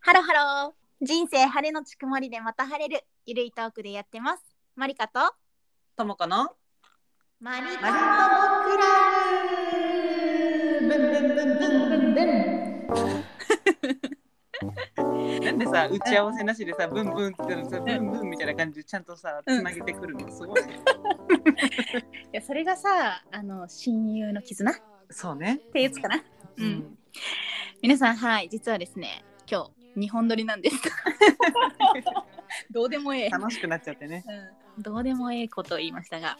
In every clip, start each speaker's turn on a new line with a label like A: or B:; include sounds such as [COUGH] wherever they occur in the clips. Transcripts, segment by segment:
A: ハローハロー。人生晴れのち曇りでまた晴れる。ゆるいトークでやってます。マリカと
B: ともかな
A: マリカ
B: マリなんでさ打ち合わせなしでさブンブンって言ったらさブンブンみたいな感じでちゃんとさ
A: うん
B: つなげてくるのすごい、ね、
A: いやそれがさ、あの親友の絆っ
B: そうね
A: てやつかな。うん。皆さんはい、実はですね、今日日本撮りなん [LAUGHS] です。どうでもええ。
B: 楽しくなっちゃってね
A: うん、どうでもええことを言いましたが、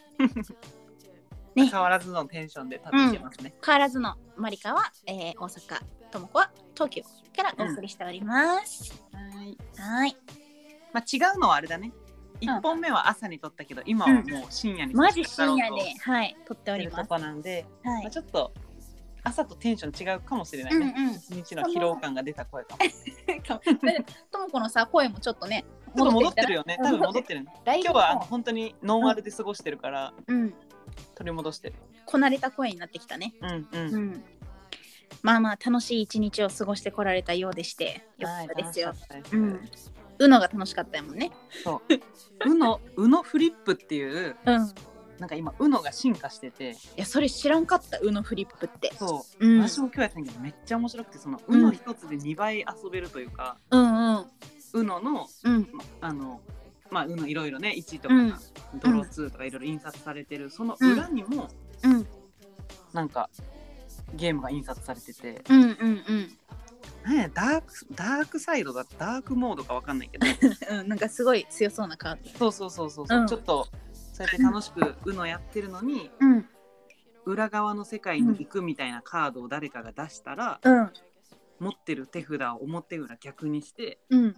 A: ね
B: 変わらずのテンションで旅してますね、
A: 変わらずのマリカは、えー、大阪、ともこは東京からお送りしております。
B: はい
A: はい。
B: まあ違うのはあれだね1本目は朝に撮ったけど今はもう深夜に
A: マジ深夜
B: 撮
A: で、はい、撮ってお
B: って
A: り
B: ると
A: ます。
B: こなんで、
A: は
B: まあ、
A: い。
B: ちょっと朝とテンション違うかもしれな
A: う
B: い
A: んうん。
B: ね、一日の疲労感が出た声かも。ち
A: ともこのさ声もちょっとね
B: ょっと戻ってるよね。多分戻
A: 戻
B: っ
A: って
B: る、ね。
A: 今
B: 今日はあの本当にノンアルで過ごしてるから
A: うん
B: 取り戻してる。
A: こなれた声になってきたね。
B: うんう。
A: うんん。まあまあ楽しい一日を過ごしてこられたようでしてよか
B: は
A: っ
B: い
A: たですよ
B: 楽。しかったです
A: うん。うのが楽しかったやもんね。
B: そう。うのうのフリップっていう
A: うん。い
B: なんか今うのが進化してて、
A: やそれ知らんかったうのフリップって。
B: そう。
A: うん。
B: 私も今日やったんだけどめっちゃ面白くてそのうの一つで2倍遊べるというか、
A: うんうん
B: うのの
A: うん
B: まあのまあうのいろいろね1とか
A: うん
B: ドロー2とかいろいろ印刷されてるその裏にも
A: うん
B: なんかゲームが印刷されてて。
A: うんうんうん。
B: なんやダークダークサイドだダークモードかわかんないけど
A: うん [LAUGHS] なんかすごい強そうなカード。
B: [LAUGHS] そうそうそうそうそう、
A: うん
B: ちょっとそうやって楽しく UNO やってるのに
A: うん
B: 裏側の世界に行くみたいなカードを誰かが出したら、
A: うん
B: 持ってる手札を表裏逆にして
A: うん。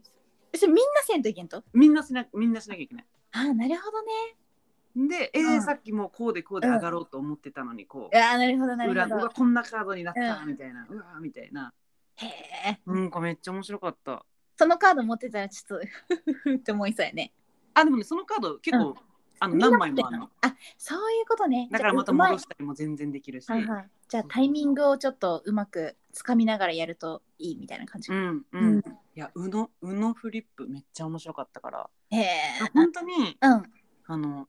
A: それみんなせんといけんと。
B: みんなしなみんなしなきゃいけない。
A: ああなるほどね。
B: で、えー
A: うん
B: さっきもうこうでこうで
A: うん
B: 上がろうと思ってたのにこ
A: ああなるほど
B: う、
A: なる
B: 裏
A: ほど
B: が。こんなカードになった
A: うん
B: みたいな、うわーみたいな
A: へえ。
B: なんかめっちゃ面白かった
A: そのカード持ってたらちょっとふふって思いそうやね。
B: あでもねそのカード結構、
A: う
B: あの何枚もあるの
A: あそういうことね。
B: だからまた戻したりも全然できるし、
A: じゃあうまいはいはい。じゃあタイミングをちょっとうまくつかみながらやるといいみたいな感じ
B: う。んう、
A: うん
B: いや、うの、うのフリップめっちゃ面白かったから。
A: へえ。
B: 本当に、
A: うん。
B: あの、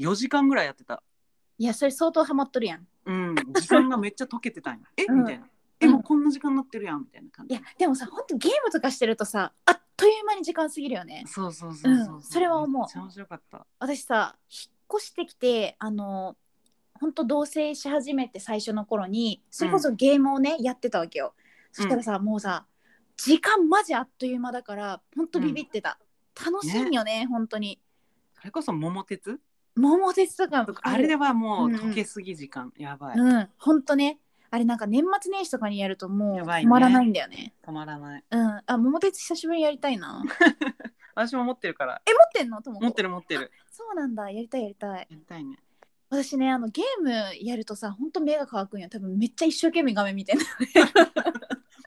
B: 4時間ぐらいやってた。
A: いやそれ相当ハマっとるやん。
B: うん、時間がめっちゃ解けてた
A: [LAUGHS]
B: んや。え、
A: うん
B: みたいな。え、もうこんな時間になってるやんみたいな感
A: い
B: じ
A: や。でもさ本当ゲームとかしてるとさあっという間に時間過ぎるよね。
B: そうそうそうそう、
A: うんそれは思う
B: めっちゃ面白かった。
A: 私さ引っ越してきてあの本当同棲し始めて最初の頃にそれこそゲームをね、やってたわけよそしたらさ、もうさ時間マジあっという間だから本当ビビってた、楽しいんよね本当に
B: それこそ桃鉄。
A: 桃鉄とか
B: あれではもう
A: うんうん
B: 解けすぎ時間、やばい。
A: うん本当ねあれなんか年末年始とかにやるともう
B: やばい
A: 止
B: ね
A: まらないんだよね
B: 止まらない。
A: うんあ桃鉄久しぶりにやりたいな
B: [LAUGHS]
A: 持っ
B: 私も持ってるから。
A: てんのとも
B: 持って
A: る
B: る持ってる。
A: そうなんだやりたいやりたい
B: やりたいね。
A: 私ねあのゲームやるとさ本当目が乾くんよ多分めっちゃ一生懸命画面見てんの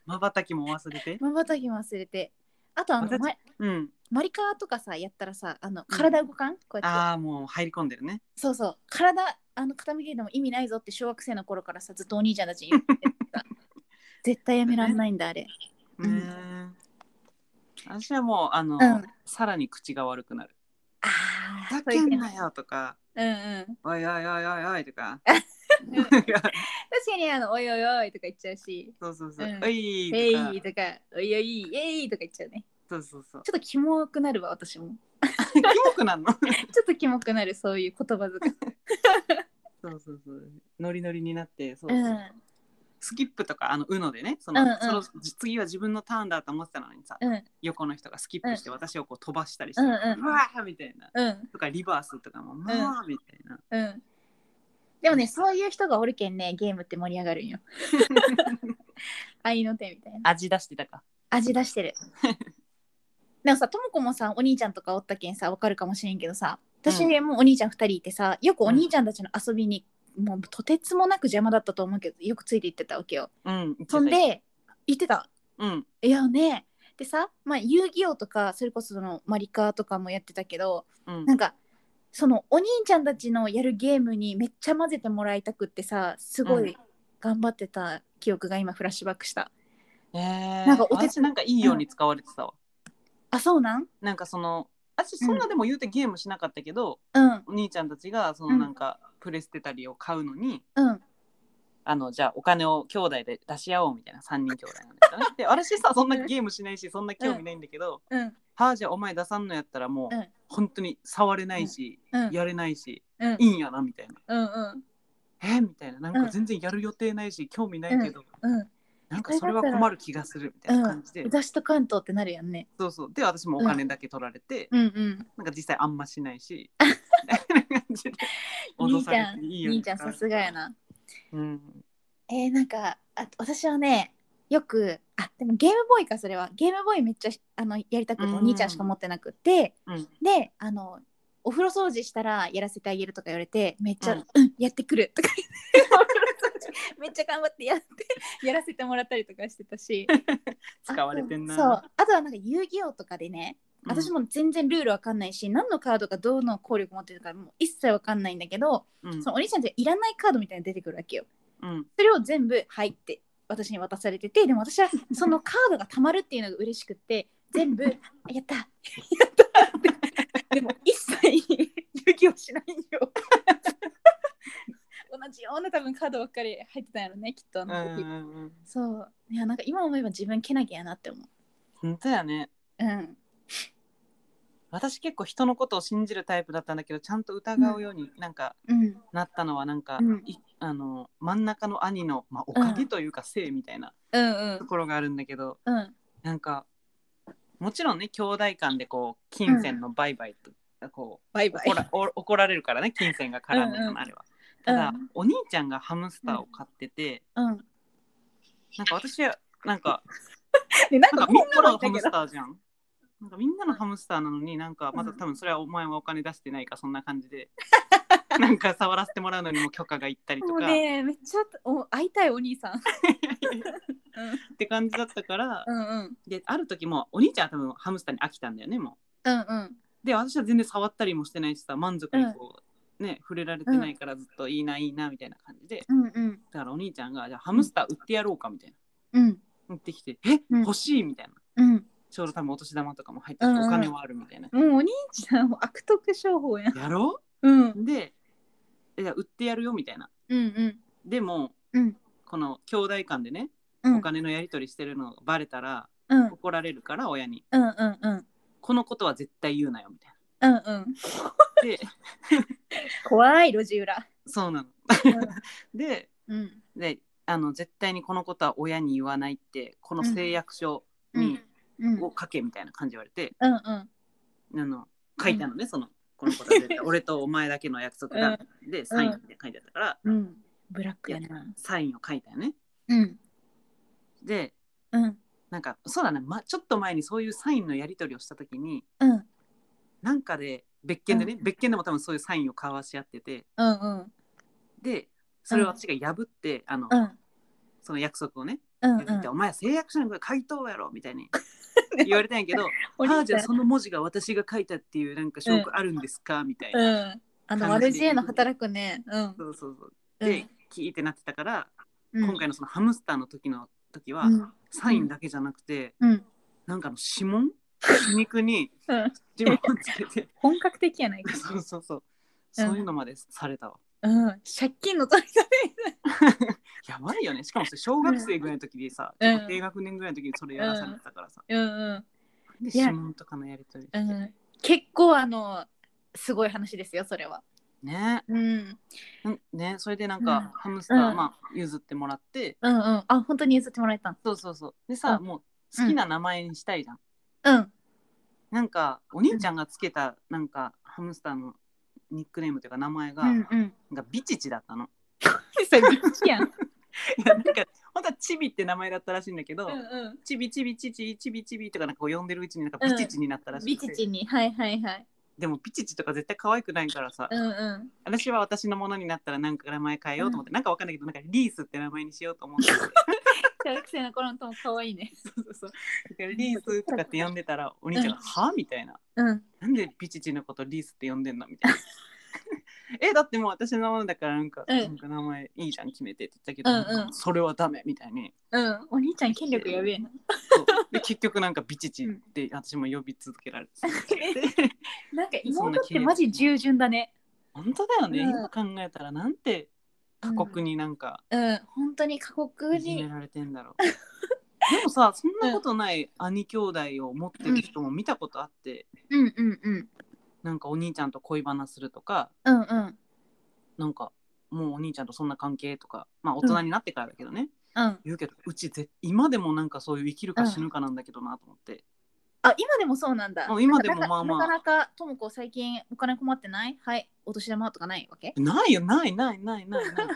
B: まばたきも忘れて。
A: まばたき忘れてあとあの
B: 私
A: マ
B: うん。
A: マリカーとかさやったらさあの体動かん、こうやって
B: ああ、もう入り込んでるね。
A: そうそう体あの傾けるのも意味ないぞって小学生の頃からさずっとお兄ちゃんたちに言
B: [LAUGHS]
A: ってた絶対やめられないんだあれ
B: ねえ私はもうあの、
A: うん
B: さらに口が悪くなる。
A: あ
B: ふ
A: あ
B: ざけんなよとか、
A: うんうん
B: おいおいおいおいおいと
A: [LAUGHS]
B: か。
A: ん確かにあの「おいおいおい」とか言っちゃうし
B: そうそうそう。
A: うん
B: おい
A: 「
B: ー
A: え
B: とか
A: い」とか「おいおいえい」とか言っちゃうね
B: そうそう
A: [LAUGHS]
B: そう。
A: ちょっとキモくなるわ私も
B: キモくなんの
A: ちょっとキモくなるそういう言葉遣い
B: そうそうそう。ノリノリになって、そうそう
A: うん
B: スキップとか、あの、うのでね、その、
A: うんうん
B: そのじ次は自分のターンだと思ってたのにさ、
A: うん
B: 横の人がスキップして私をこう飛ばしたりして、
A: うんうん
B: わーみたいな。
A: うん
B: とか、リバースとかも、まあみたいな。
A: うんでもねそういう人がおるけんねゲームって盛り上がるん [LAUGHS] よ愛の手みたいな
B: 味出してたか。
A: 味出 [LAUGHS] してるでもさともこもさお兄ちゃんとかおったけんさわかるかもしれんけどさ私
B: う
A: もお兄ちゃん2人いてさよくお兄ちゃんたちの遊びに、もうとてつもなく邪魔だったと思うけどよくついていってたわけよ
B: うん。
A: そん、で言ってた
B: うん。
A: いやねでさ、まあ、遊戯王とかそれこそそのマリカーとかもやってたけど
B: うん
A: なんかそのお兄ちゃんたちのやるゲームにめっちゃ混ぜてもらいたくってさすご
B: うん
A: い頑張ってた記憶が今フラッシュバックした、
B: えー、
A: なんかお手
B: 私なんかいいように使われてたわ。
A: あそうなん
B: なんかその私そんなでも言うてゲームしなかったけど、
A: うん
B: お兄ちゃんたちがそうの
A: ん
B: なんかプレステたりを買うのに、
A: うん
B: あのじゃあお金を兄弟で出し合おうみたいな3人兄弟なん
A: [LAUGHS]
B: ですよね。で私さそんなゲームしないしそんな興味ないんだけど、
A: うん
B: はあじゃあお前出さんのやったらもう、
A: うん
B: 本当に触れないし、
A: うん
B: やれないし、
A: うん
B: いいんやなみたいな。
A: うん
B: えみたいななんか全然やる予定ないし、興味ないけど、
A: うん
B: なんかそれは困る気がするみたいな感じで、
A: 私と関東ってなるやんね
B: そうそうで私もお金だけ取られて、
A: うんうん
B: なんか実際あんましな
A: [LAUGHS]
B: いしみたいな感じで
A: 兄
B: 脅さ
A: ち
B: れ
A: ゃん
B: ていいように
A: 兄ちゃんさすがやな
B: うん
A: えー、なんかあ私はねよくあでもゲームボーイかそれはゲームボーイめっちゃあのやりたくて
B: うん
A: お兄ちゃんしか持ってなくて、
B: うん
A: であのお風呂掃除したらやらせてあげるとか言われてめっちゃ「
B: う
A: うんん、やってくる」とか言って [LAUGHS] めっちゃ頑張ってやってやらせてもらったりとかしてたし
B: [LAUGHS] 使われてんな
A: あとそうあとはなんか遊戯王とかでね
B: うん
A: 私も全然ルールわかんないし、何のカードがどうの効力持ってるかもう一切わかんないんだけど、
B: うん
A: そのお兄ちゃんっていらないカードみたいなの出てくるわけよ。
B: うん
A: それを全部「はい」って私に渡されててでも私はそのカードがたまるっていうのが嬉しくって全部「やったやった!」ってでも一切勇気をしないよ同じような多分カードばっかり入ってたんやろねきっとあ
B: うん
A: の
B: う
A: 時、
B: んうん
A: そういやなんか今思えば自分けなきゃやなって思う
B: 本当やね
A: うん
B: 私結構人のことを信じるタイプだったんだけどちゃんと疑うようになんか
A: うん
B: なったのはなんか、
A: うん
B: いあの真ん中の兄の、まあ、おかげというか性みたいな
A: うんう
B: と
A: ん
B: ころがあるんだけど、
A: うん
B: なんかもちろんね兄弟間でこう金銭の売買と、こう
A: バイバイ
B: 怒らお怒られるからね金銭が絡むのもあれは。
A: うん
B: ただ、
A: うん
B: お兄ちゃんがハムスターを飼ってて、
A: うん
B: なんか私はなんか
A: でなん
B: な
A: か
B: んかみ
A: み
B: ん
A: ん
B: な
A: な
B: の
A: の
B: ハ
A: だ
B: ム
A: け
B: ス
A: ど
B: ターじゃん。 [LAUGHS] なんかみんなのハムスターなのになんかまた
A: うん
B: 多分それはお前はお金出してないかそんな感
A: [LAUGHS]
B: じでなんか触らせてもらうのにも許可がいったりと
A: もう
B: か、
A: ねめっちゃお会いたいお兄さんうん
B: って感じだったから、
A: うんうん
B: である時もうお兄ちゃんは多分ハムスターに飽きたんだよねも
A: うんうん
B: う。で私は全然触ったりもしてないしさ満足にこう、ね触れられてないからずっといいないいなみたいな感じで
A: うんうん
B: だからお兄ちゃんがじゃあハムスター売ってやろうかみたいな
A: うん
B: 売ってきて「え
A: うん
B: 欲しい」みたいな
A: うん
B: ちょうど多分お年玉とかも入ってき
A: う
B: て
A: んうん
B: お金はあるみたいな。
A: もうお兄ちゃんも悪徳商法やん。
B: やろ
A: うん
B: うでえじゃあ売ってやるよみたいな。
A: うん
B: でも、
A: うん
B: この兄弟間でね、
A: うん
B: お金のやり取りしてるのがバレたら
A: うんうん
B: 怒られるから親に
A: うんうんうん
B: このことは絶対言うなよみたい
A: うんうん。
B: な。
A: [LAUGHS]
B: で
A: 怖い路地裏。
B: そうなの。で
A: うん
B: であの絶対にこのことは親に言わないってこの誓約書
A: う
B: に
A: ん、うん
B: を書けみたいな感じ言われて、
A: うんうん
B: あの書いたのね、そのこのこと
A: [LAUGHS]
B: は絶対俺とお前だけの約束だ、でサインって書いてあったから、
A: うん。ブラックやな。
B: サインを書いたよね。
A: うん
B: で
A: うん
B: なんかそうだね、ま、ちょっと前にそういうサインのやり取りをした時に
A: うんうん
B: なんかで別件でね、別件でも多分そういうサインを交わし合ってて
A: うん
B: でそれを私が破って、あの
A: うん
B: その約束をね
A: う
B: 破
A: ん
B: って、
A: うん
B: お。前は誓約書のこと回答やろ」みた
A: [LAUGHS]
B: いに言われたんやけど「
A: お
B: ああ
A: 兄
B: じ
A: ち
B: ゃ
A: ゃ
B: あ
A: ん
B: その文字が私が書いたっていうなんか証拠あるんですか?」みたいな、
A: うん。あの悪知恵の働くね。うん
B: そうそうそう
A: う
B: で
A: ん
B: 聞いてなってたから、
A: うん。
B: 今回のそのハムスターの時の時は、
A: うん
B: サインだけじゃなくて
A: うん
B: なんかあの
A: [LAUGHS]
B: 指紋皮肉に
A: うん
B: 指紋つけて
A: 本格的やないか。
B: [LAUGHS] そうそうそうそういうのまでされたわ。
A: うん借金の取り
B: やばいよね。しかもそれ小学生ぐらいの時でさ、
A: うん
B: 低学年ぐらいの時にそれやらされてたからさ、
A: うんうん
B: で
A: いや
B: 指紋とかのやり取りして、
A: うん。結構あのすごい話ですよそれは。
B: ね
A: うん。
B: うんねそれでなんか、
A: うん
B: ハムスター、
A: うん
B: まあ譲ってもらって、
A: うんうん。あ、本当に譲ってもらえたん。
B: そうそうそうでさ、
A: う
B: もう好きな名前にしたいじゃん。
A: うん。
B: なんかお兄ちゃんがつけたなんかハムスターのニックネームというか名前が、
A: うん
B: なん [LAUGHS]
A: うん。
B: かビチチだったの。
A: それビチ [LAUGHS] やん。
B: いやなんか本当はチビって名前だったらしいんだけど。
A: うん
B: チビチビチチチビチビとかなんかこう呼んでるうちになんかビチチになった
A: う
B: ら
A: ん。
B: し
A: ビ
B: くて、
A: チチに。はいはいはい。
B: でもビチチとか絶対可愛くないからさ、
A: うんうん。
B: 私は私のものになったらなんか名前変えようと思って、なんかわかんないけどなんかリースって名前にしようと思ってそう
A: 小学生の頃のとも可愛いね。
B: そうそうだからリースとかって呼んでたら
A: [LAUGHS]
B: お兄ちゃんが「は?」みたいな
A: うん。
B: 「なんでピチチのことリースって呼んでんの?」みたいな [LAUGHS] えだってもう私のものだからなんか,、
A: うん
B: なんか名前いいじゃん決めてって言ったけど、
A: うんうん
B: なんかそれはダメみたいに
A: うんお兄ちゃん権力やべえな
B: そうで結局なんかビチチって私も呼び続けられて
A: [LAUGHS]
B: [LAUGHS]
A: なんか
B: そ
A: 妹っ
B: んな権
A: て
B: 力
A: マジ従順だね
B: 本当だよね、
A: うん
B: 今考えたらなんて過酷になんか
A: うん本当に過酷
B: いじめ
A: に
B: られてんだろう、 [LAUGHS] でもさそんなことない兄兄弟を持ってる人も見たことあって、
A: うんうんうん
B: なんかお兄ちゃんと恋バナするとか
A: うんうん
B: なんかもうお兄ちゃんとそんな関係とかまあ大人になってからだけどね、
A: うん
B: 言うけどうちぜ今でもなんかそういう生きるか死ぬかなんだけどなと思って、
A: あ今でもそうなんだ
B: あ今でもまあまあ
A: なかなかなかともこ最近お金困ってないはいお年玉とかないわけ
B: ないよないないないない
A: [LAUGHS]
B: ない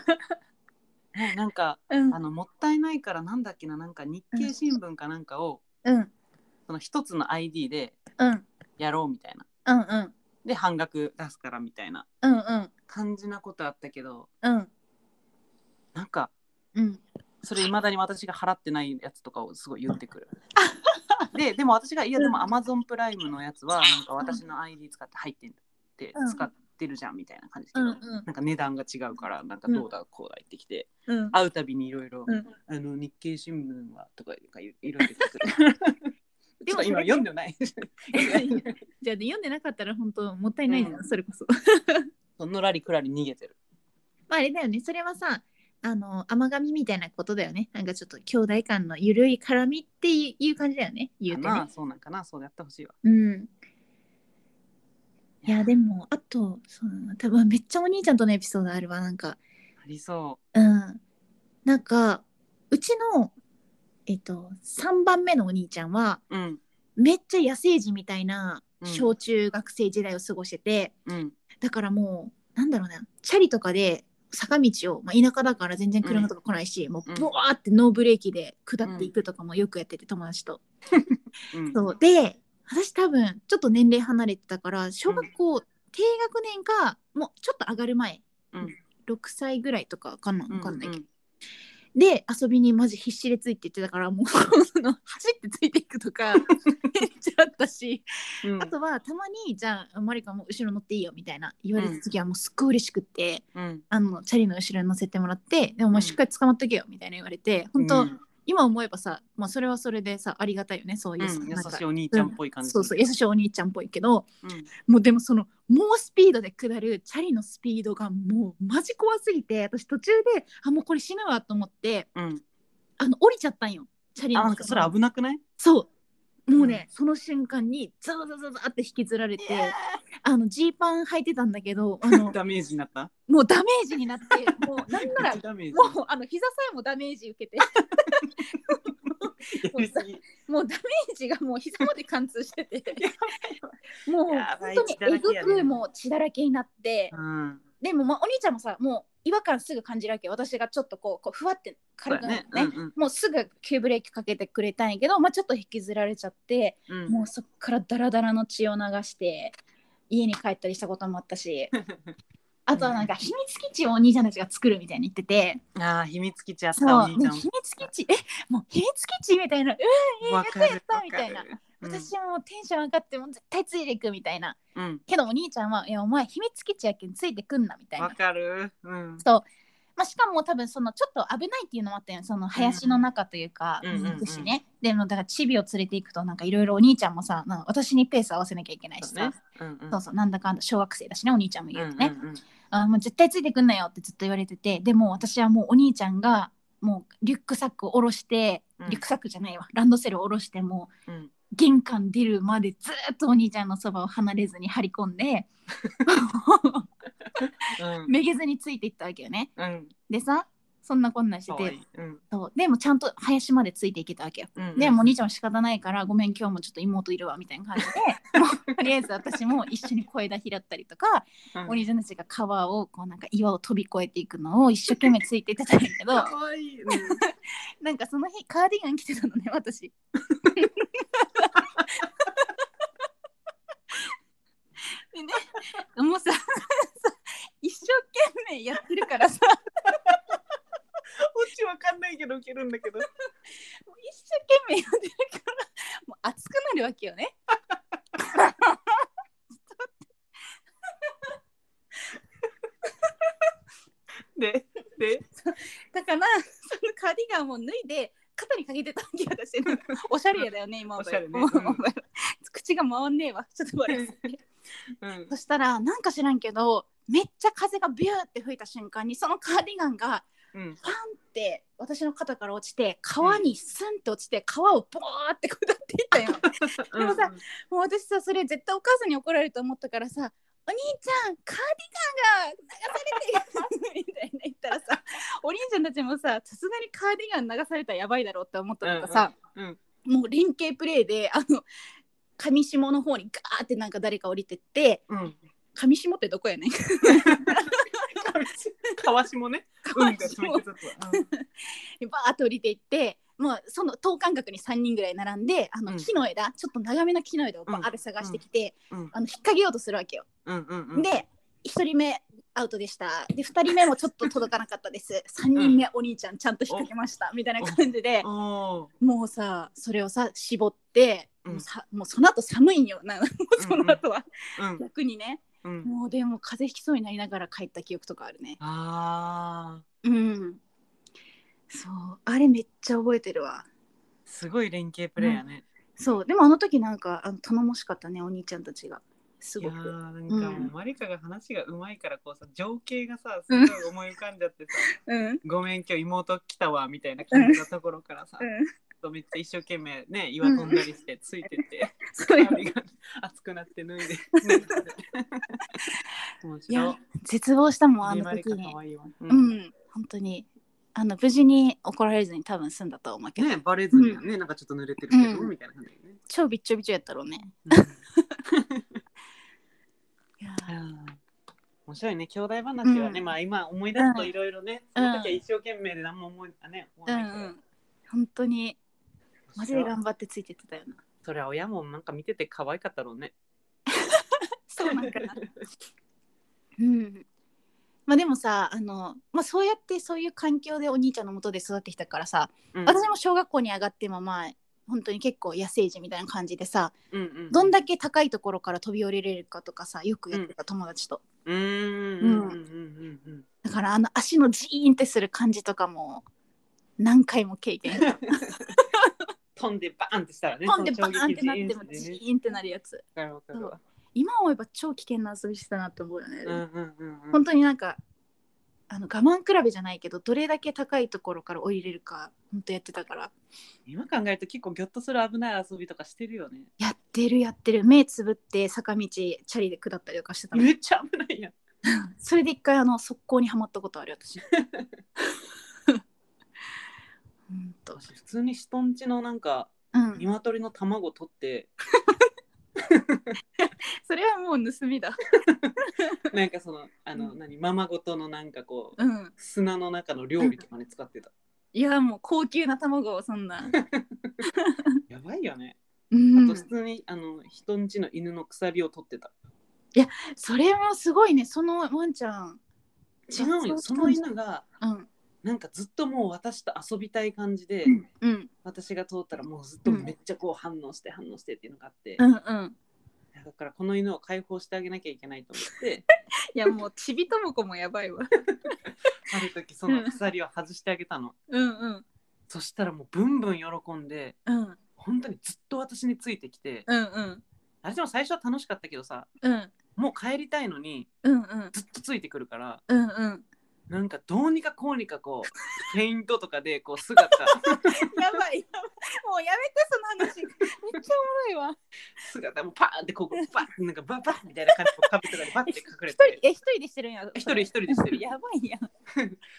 B: ないなんか
A: うん
B: あのもったいないからなんだっけななんか日経新聞かなんかを、
A: うん
B: その一つの ID で
A: うん
B: やろうみたいな
A: うんうん
B: で半額出すからみたいな
A: うんうん
B: 感じなことあったけど
A: うん
B: なんか
A: うん
B: それいまだに私が払ってないやつとかをすごい言って
A: [LAUGHS]
B: くる。ででも私が「いやでも Amazon プライムのやつはなんか私の ID 使って入ってるって
A: うん
B: 使ってるじゃんみたいな感じだけ
A: う
B: ど、
A: んうん
B: なんか値段が違うからなんかどうだこうだ言ってきて、
A: うん
B: 会うたびにいろいろ
A: うん
B: 「あの日経新聞は」とかいろいろ言ってくる。で
A: [LAUGHS] で
B: も
A: もそれ
B: 今読んでもない。 [LAUGHS]
A: じゃあね読んでなかったら本当もったいないじゃん、
B: うん
A: それこそ。
B: そのらりくらり逃げてる。
A: まああれだよねそれはさあの甘噛みみたいなことだよねなんかちょっと兄弟間の緩い絡みっていう感じだよね言うて
B: ま
A: ね
B: あ。そうなんかなそうやってほしいわ。
A: うんいやでもあとそうだな多分めっちゃお兄ちゃんとのエピソードあるわなんか
B: ありそ
A: うんなんかうちのえっと3番目のお兄ちゃんは
B: う。うん
A: めっちゃ野生児みたいな
B: うん
A: 小中学生時代を過ごしてて、
B: うん
A: だからもうなんだろうなチャリとかで坂道を、まあ、田舎だから全然車とか来ないし、もう
B: うん
A: ブワーってノーブレーキで下っていくとかもよくやってて、友達と。
B: うん。
A: そうで私多分ちょっと年齢離れてたから小学校、低学年かもうちょっと上がる前、
B: うん
A: 6歳ぐらいとかかな
B: うん
A: 分かんないけど、
B: うん
A: で遊びにマジ必死でついていってたからもうその走ってついていくと
B: [LAUGHS]
A: かめっちゃあったし。
B: うん
A: あとはたまにじゃあマリカも後ろ乗っていいよみたいな言われた時はもうすっごい嬉しくって、
B: うん
A: あのチャリの後ろに乗せてもらってでもお前しっかり捕まっとけよみたいな言われて、本当、
B: うん
A: 今思えばさ、まあ、それはそれでさありがたいよねそういうさ、
B: うん優
A: なんか
B: しいお兄ちゃんっぽい感じ。
A: そうそう優しいお兄ちゃんっぽいけど
B: うん
A: もうでもその猛スピードで下るチャリのスピードがもうマジ怖すぎて私途中であもうこれ死ぬわと思って
B: うん。
A: あの降りちゃったんよチャリ
B: あ
A: の
B: なんかそれ危なくない？
A: そうもうね、その瞬間にザザザザザって引きずられて。あのジーパン履いてたんだけど、あ [LAUGHS] の
B: ダメージになった。
A: もうダメージになって、もうなんなら
B: プチダメージ。
A: もうあの膝さえもダメージ受けて、 [LAUGHS]
B: やりすぎ
A: もうダメージがもう膝まで貫通して
B: [LAUGHS]
A: て、もう
B: やば
A: 本
B: い
A: 当にえぐ
B: 血だらけやね
A: くもう血だらけになって
B: う、ん。
A: でもまあお兄ちゃんもさ、もう違和感すぐ感じるわけよ、私がちょっとこうこうふわって
B: そ
A: 軽
B: う
A: く
B: だ
A: なっ
B: ね
A: て。
B: う
A: ね。
B: ん
A: もうすぐ急ブレーキかけてくれたんやけど、まあ、ちょっと引きずられちゃって、
B: うん。
A: もうそっからダラダラの血を流して家に帰ったりしたこともあった
B: [LAUGHS]
A: しあとはなんか秘密基地をお兄ちゃんたちが作るみたいに言ってて、
B: うん。ああ秘密基地あっ
A: そう
B: たお兄ち
A: ね
B: ゃん
A: 秘。密基地えもう秘密基地みたいな、う [LAUGHS]
B: わかる
A: やったやったみたいな
B: わかるうん
A: 私はもうテンション上がってもう絶対ついていくみたいな
B: うん。
A: けどお兄ちゃんはいやお前秘密基地やけんついてくんなみたいな
B: わ、かる。うん。
A: まあ、しかも多分そのちょっと危ないっていうのもあったよねその林の中というか、
B: うんうんうん
A: くしねでもだからチビを連れていくとなんかいろいろお兄ちゃんもさなんか私にペース合わせなきゃいけないし
B: そう
A: さ
B: ね。うんうん。
A: そうそうなんだかんだ小学生だしねお兄ちゃんも言うとね、
B: んんん。
A: あもう絶対ついてくんなよってずっと言われててでも私はもうお兄ちゃんがもうリュックサックを下ろして、
B: うん
A: リュックサックじゃないわランドセルを下ろしてもう
B: うん
A: 玄関出るまでずっとお兄ちゃんのそばを離れずに張り込んで
B: うん
A: めげずについていったわけよね。
B: うん。
A: でさそんなこんなんして
B: 可愛
A: て
B: い。うん
A: そうでもちゃんと林までついていけたわけよ。
B: うん。
A: でもうお兄ちゃんも仕方ないからごめん今日もちょっと妹いるわみたいな感じ
B: [LAUGHS]
A: でもうとりあえず私も一緒に小枝拾ったりとか
B: うん。
A: お兄ちゃんたちが川をこうなんか岩を飛び越えていくのを一生懸命ついていってたんやけど
B: 可愛い。うん
A: なんかその日カーディガン着てたのね私でねもうさ一生懸命やってるからさ
B: オチわかんないけど受けるんだけど。
A: もう一生懸命やってるからもう熱くなるわけよねちょっとからそのカーディガンを脱いで肩にかけてたわけ私ねおしゃれやだよね今
B: おしゃれね
A: もう
B: うん
A: お前口が回んねえわちょっと悪い
B: うん
A: そしたらなんか知らんけどめっちゃ風がビューって吹いた瞬間にそのカーディガンが
B: うん
A: パンって私の肩から落ちて川にスンって落ちて川をボーって下っていった
B: [LAUGHS]
A: よでもさ
B: うん
A: もう私さそれ絶対お母さんに怒られると思ったからさ「お兄ちゃんカーディガンが流されて
B: [LAUGHS]
A: る」みたいな言ったらさお兄ちゃんたちもささすがにカーディガン流されたらやばいだろうって思ったのかさ、
B: うんうん
A: もう連携プレーであの上下の方にガーってなんか誰か降りてって
B: うんうん
A: 上下ってどこやねん
B: 川下ねうんが決めてたとはうん
A: バーって降りていってもうその等間隔に3人ぐらい並んであの
B: うん
A: 木の枝、ちょっと長めな木の枝をバーって探してきて、
B: うんうん
A: あの引っ掛けようとするわけよ。
B: うんうんうん
A: で1人目アウトでしたで2人目もちょっと届かなかったです
B: [LAUGHS]
A: 3人目お兄ちゃんちゃんと引っ掛けましたみたいな感じで
B: おー
A: もうさそれをさ絞って、
B: うん
A: もうさもうその後寒いんよなもうその後は、
B: うん
A: 逆にね
B: うん
A: もうでも風邪ひきそうになりながら帰った記憶とかあるね
B: あ
A: うんそうあれめっちゃ覚えてるわ
B: ーすごい連携プレーやね
A: そうでもあの時なんかあの頼もしかったねお兄ちゃんたちがす
B: いや
A: ご
B: ー
A: く
B: なん
A: うん
B: かもうマリカが話がうまいからこうさ情景がさすごい思い浮かんじゃって
A: [LAUGHS]
B: さ [LAUGHS]
A: うん
B: 「ごめん今日妹来たわ」みたいな感じのところからさめっちゃ一生懸命ね岩飛んだりしてついてって
A: そうよ
B: 髪が熱くなって脱い
A: [LAUGHS]
B: で脱いで面
A: い
B: 白
A: や
B: い
A: 絶望したもんあ
B: マリ
A: の
B: マリ
A: 時
B: カ
A: に
B: 可愛いわ
A: う
B: う
A: んん、本当にあの無事に怒られずに多分済んだと思うけど、
B: ねバレずにはねなんかちょっと濡れてるけど
A: うん
B: みたいな感じだよね
A: 超びっちょびちょやったろうね。いや
B: いやー面白いね兄弟話はね、
A: うん
B: まあ今思い出すといろいろね、
A: うん
B: その時は一生懸命で何も思いあね思
A: う
B: わない
A: ん
B: けど、
A: うん、本当にマジで
B: 面白い
A: 頑張ってついてってたよな。
B: それは親もなんか見てて可愛かったろうね
A: そうなんか
B: [LAUGHS]
A: な。うん。まあでもさあの、まあ、そうやってそういう環境でお兄ちゃんの元で育ってきたからさ、
B: うん
A: 私も小学校に上がってもまあ本当に結構野生児みたいな感じでさ
B: うんうん
A: どんだけ高いところから飛び降りれるかとかさよくやってた友達と。
B: うんうんうんうんうん
A: だからあの足のジーンってする感じとかも何回も経
B: [LAUGHS]
A: 験
B: 飛んでバーンってしたらね
A: 飛んでバ
B: その衝
A: ーンっ
B: 撃
A: てなっても
B: 人生
A: ジ
B: でね
A: ーンってなるやつ
B: わかるわかるわ
A: 今思えば超危険な遊びしてたなって思うよね、
B: うんうんうんうん
A: 本当になんかあの我慢比べじゃないけどどれだけ高いところから降りれるか本当やってたから
B: 今考えると結構ギョッとする危ない遊びとかしてるよね
A: やってるやってる目つぶって坂道チャリで下ったりとかしてたの
B: めっちゃ危ないやん
A: それで一回あの速攻にはまったことあるよ [LAUGHS] 私うんと
B: 私普通に人んちのなんか
A: うん
B: 鶏の卵取って
A: それはもう盗みだ
B: [LAUGHS] なんかそのあの、
A: うん
B: 何ママごとのなんかこう
A: うん
B: 砂の中の料理とかね使ってた。
A: いやもう高級な卵をそん [LAUGHS] な。
B: やばいよね。
A: う
B: あ
A: ん
B: と、普通にあの人んちの犬の鎖を取ってた。
A: それもすごいねそのワンちゃん。
B: 違うよ。その犬が
A: うん
B: なんかずっともう私と遊びたい感じで、
A: うん
B: 私が通ったらもうずっとめっちゃこう反応して反応してっていうのがあって、
A: うんうん。
B: だからこの犬を解放してあげなきゃいけないと思って、
A: いやもうちびともこもやばいわ。
B: ある時その鎖を外してあげたの。
A: うんうん
B: そしたらもうブンブン喜んで。
A: うん
B: 本当にずっと私についてきて、
A: うんうん
B: あれでも最初は楽しかったけどさ
A: うん
B: もう帰りたいのに
A: うんうん
B: ずっとついてくるから
A: うんうん。
B: なんかどうにかこうにかこうフェイントとかでこう姿
A: [LAUGHS]
B: [LAUGHS]
A: やばいやばいもうやめてその [LAUGHS] 話。めっちゃおもろいわ。
B: 姿もパーンってこうバッなんかバッバッみたいな感じでこう壁とかでバッて隠れ
A: 一
B: て
A: 人え一人でしてるんや。
B: 一人一人でしてる
A: [LAUGHS] やばいやん。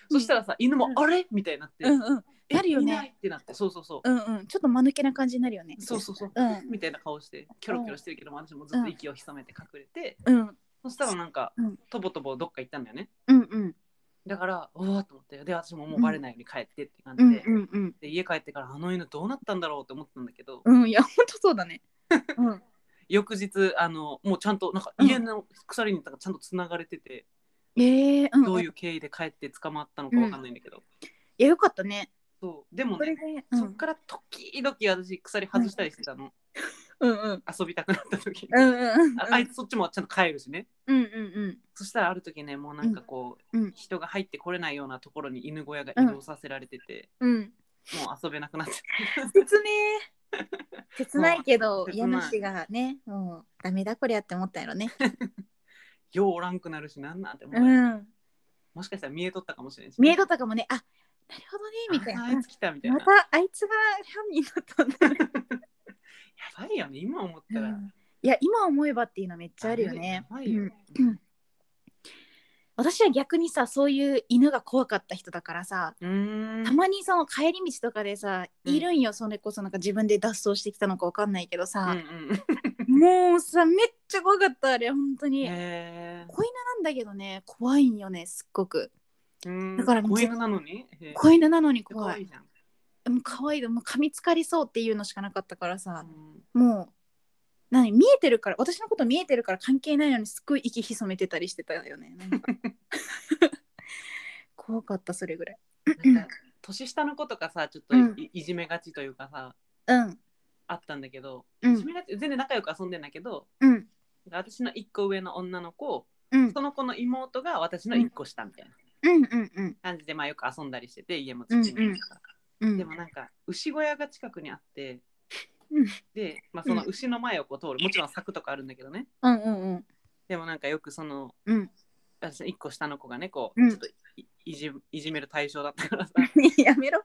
B: そしたらさ犬も
A: う
B: 「
A: ん
B: あれ?」みたいになって
A: うんうん
B: 「え
A: なるよね
B: いないってなってそうそうそう、
A: うんうんちょっと間抜けな感じになるよね。
B: そうそうそう、
A: うん
B: みたいな顔してキョロキョロしてるけども私もずっと息を潜めて隠れて、
A: うん
B: そしたらなんか、
A: うん
B: とぼとぼどっか行ったんだよね
A: うんうん
B: だからおおと思ってで私ももうバレないように帰ってって感
A: う
B: じ
A: ん
B: で,、
A: うんうん。
B: で家帰ってからあの犬どうなったんだろうって思ったんだけど、
A: うんいや本当そうだ
B: [LAUGHS]
A: ね。うん。
B: 翌日あのもうちゃんとなんか
A: うん
B: 家の鎖になんかちゃんとつながれてて、
A: ええうん。
B: どういうう経緯で帰って捕まったのかわかんないんだけど、
A: いやよかったね。
B: そうでも
A: これ
B: ね、
A: で、うん
B: そっから時々私鎖外したりしてたの、
A: うんうん
B: 遊びたくなった時
A: うんうんうん
B: ああいつそっちもちゃんと帰るしね
A: うんうん
B: そしたらある時ねもうなんかこう、
A: うんうん
B: 人が入ってこれないようなところに犬小屋が移動させられてて、
A: うんうん
B: もう遊べなくなっちゃった
A: 切ねえ [LAUGHS] 切ないけど
B: 切
A: 家
B: ない
A: 主がねもうダメだこりゃって思ったんやろ
B: [LAUGHS]
A: ね
B: ようおらんくなるしなんなんて思う、
A: うん
B: もしかしたら見えとったかもしれないし
A: 見え方かもねあなるほどねみたい
B: ああい
A: な
B: つ来たみたいな
A: ま
B: や
A: たあいつが犯人だったんだ
B: ばいよね今思ったら、
A: うんいや今思えばっていうのめっちゃあるよね。
B: あれやばいよ、
A: うん私は逆にさそういう犬が怖かった人だからさ
B: うーん
A: たまにその帰り道とかでさ、
B: うん
A: いるんよそれこそなんか自分で脱走してきたのかわかんないけど
B: う
A: さ、
B: んうん
A: もうさめっちゃ怖かったあれ本当に、
B: へ
A: 子犬なんだけどね怖いんよねすっごく
B: えうん
A: だからもう
B: 子犬なのにへえ
A: 子犬なのに
B: 可
A: 怖
B: 愛
A: い
B: いじゃん、
A: もう可愛いでもう噛みつかりそうっていうのしかなかったからさ
B: う、ん
A: もう何見えてるから私のこと見えてるから関係ないのにすっごい息潜めてたりしてたよね [LAUGHS] なんか怖かったそれぐらい
B: なんか年下の子とかさちょっとい,、
A: うん
B: いじめがちというかさ
A: うん
B: あったんだけど、
A: う
B: いじ
A: ん
B: めがち全然仲良く遊んでんだけど
A: うん
B: 私の一個上の女の子
A: うん
B: その子の妹が私の一個下みたいな
A: うんうんうん
B: 感じで、まあよく遊んだりしてて家も土に入れたから、
A: う
B: で
A: ん
B: もなんか牛小屋が近くにあって、
A: うん
B: で、まあ、その牛の前をこう通るもちろん柵とかあるんだけどね
A: うんうん
B: でもなんかよくその
A: うん
B: 私の一個下の子がねこ
A: う
B: うんちょっといいじいじめる対象だったからさ
A: やめろ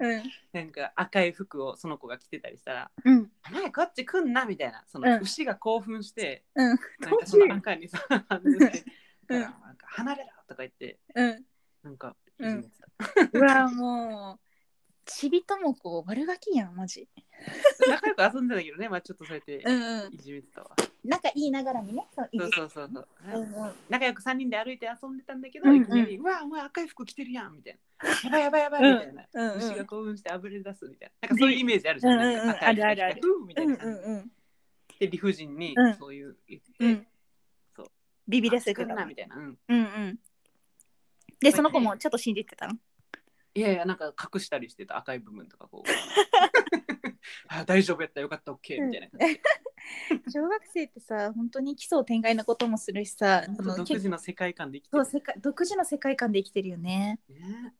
A: うん
B: [LAUGHS] なんか赤い服をその子が着てたりしたら
A: うん
B: 「お前こっち来んな」みたいなそうの
A: ん
B: 牛が興奮して、
A: うん
B: なんかその赤にさ [LAUGHS] 反応して「
A: うん
B: だからなんか離れろ」とか言って
A: うん
B: なんかいじめてた、
A: うわもうちびともこ悪ガキやんマジ
B: 仲良く遊んでたけどねまあちょっとそうやって
A: うんうん
B: いじめてたわ、
A: 仲いいながらにねそうい
B: そう
A: じ
B: そうそうそう、
A: うんうん
B: 仲良く3人で歩いて遊んでたんだけど、
A: うんうん
B: いきなり「うわお前赤い服着てるやん」みたいな「やばいやばいやばい」みたいな、
A: うんうん
B: 牛が興奮してあぶれ出すみたいななんかそういうイメージあるじゃん,、
A: うんうんうん
B: なんか赤い服着て
A: あるあるある
B: ふうみたい
A: うん
B: な
A: う
B: 感じ
A: んうん
B: で理不尽に
A: うん
B: そういう言って、
A: うん
B: そう
A: ビビらせ
B: く
A: て
B: ん
A: た
B: なみたいな、うん、
A: うんうん。で、その子もちょっと信じてたの。
B: いやいやなんか隠したりしてた赤い部分とかこう
A: [LAUGHS]
B: あ大丈夫やったよかったオッケーみたいな感じで
A: 小学生ってさ、本当に奇想天外なこともするしさ、
B: ほんと
A: あの
B: 独自の世界観できて
A: そう
B: る
A: 世界独自の世界観で生きてるよね。
B: ね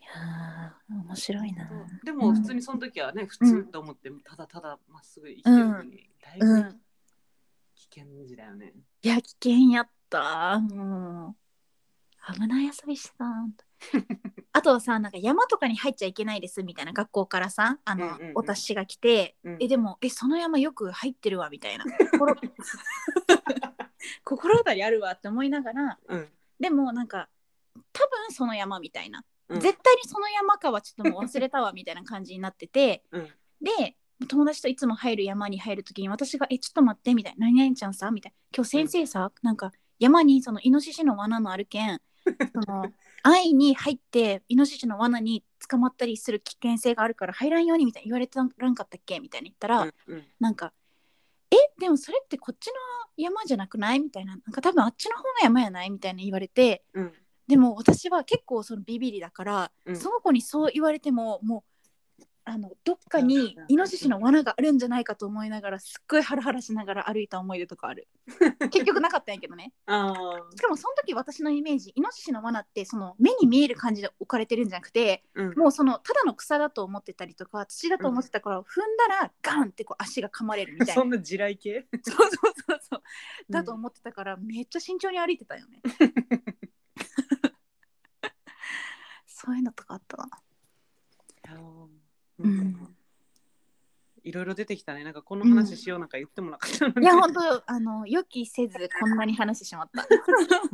A: いやー、面白いな。
B: でも普通にその時はね普通と思ってただただまっすぐ生きてるのに、だいぶ
A: うん。
B: 危険時だよね。
A: いや、危険やった。もう。危ない遊びして
B: [LAUGHS]
A: た。あとはさなんか山とかに入っちゃいけないですみたいな学校からさあの、
B: うんうんうん
A: お達しが来て、
B: うん
A: えでもえその山よく入ってるわみたい
B: [LAUGHS]
A: な心 [LAUGHS] 心当たりあるわって思いながら
B: うん
A: でもなんか多分その山みたいな、
B: うん
A: 絶対にその山かはちょっともう忘れたわみたいな感じになってて [LAUGHS]
B: うん
A: で友達といつも入る山に入る時に私が「えちょっと待って」みたいな「何々ちゃんさ」みたいな「今日先生さ、なんか山にそのイノシシの罠のあるけ
B: [LAUGHS]
A: んその安易に入ってイノシシの罠に捕まったりする危険性があるから入らんように」みたいな言われてらんかったっけみたいに言ったら、
B: うん
A: なんか「えでもそれってこっちの山じゃなくない?」みたいな「なんか多分あっちの方の山やない?」みたいな言われて。
B: うん
A: でも私は結構そのビビリだから、
B: うん
A: その子にそう言われてももうあのどっかに
B: うん
A: イノシシの罠があるんじゃないかと思いながらすっごいハラハラしながら歩いた思い出とか
B: [LAUGHS]
A: ある結局なかったんやけどね
B: あ
A: しかもその時私のイメージイノシシの罠ってその目に見える感じで置かれてるんじゃなくて
B: ーうん
A: もうそのただの草だと思ってたりとか土だと思ってたから、踏んだらガンってこう足が噛まれるみたいな
B: [LAUGHS] そんな地雷系
A: そうそうそうそう [LAUGHS] だと思ってたから、めっちゃ慎重に歩いてたよ [LAUGHS] ね。そういうのとかあった [LAUGHS] な。う
B: うん
A: ん
B: いろいろ出てきたねなんかこの話しようなんか言ってもなかったの
A: い
B: に
A: や、本当、あの、予期せず、こんなに話してしま [LAUGHS] った。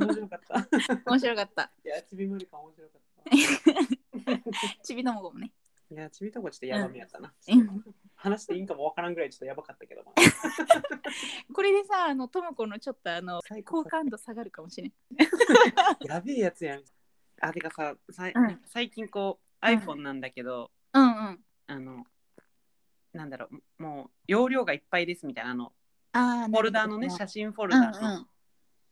B: 面白か [LAUGHS] った
A: 面白かった。
B: いやちびまるか面白かった
A: ちびともごもね。
B: いやちびとこちょっとやばめやったな、
A: うん
B: 話していいんかもわからんぐらいちょっとやばかったけど、まあ
A: これでさ、あの、ともこのちょっと、あの、
B: 最
A: 好
B: 高
A: 感度下がるかもしれん。
B: やべえやつやんあてかささい、
A: うん
B: 最近こう iPhone なんだけど、
A: うんうん。
B: あのなんだろうもう容量がいっぱいですみたいなあの
A: ああ、
B: フォルダーのね写真フォルダーの
A: うん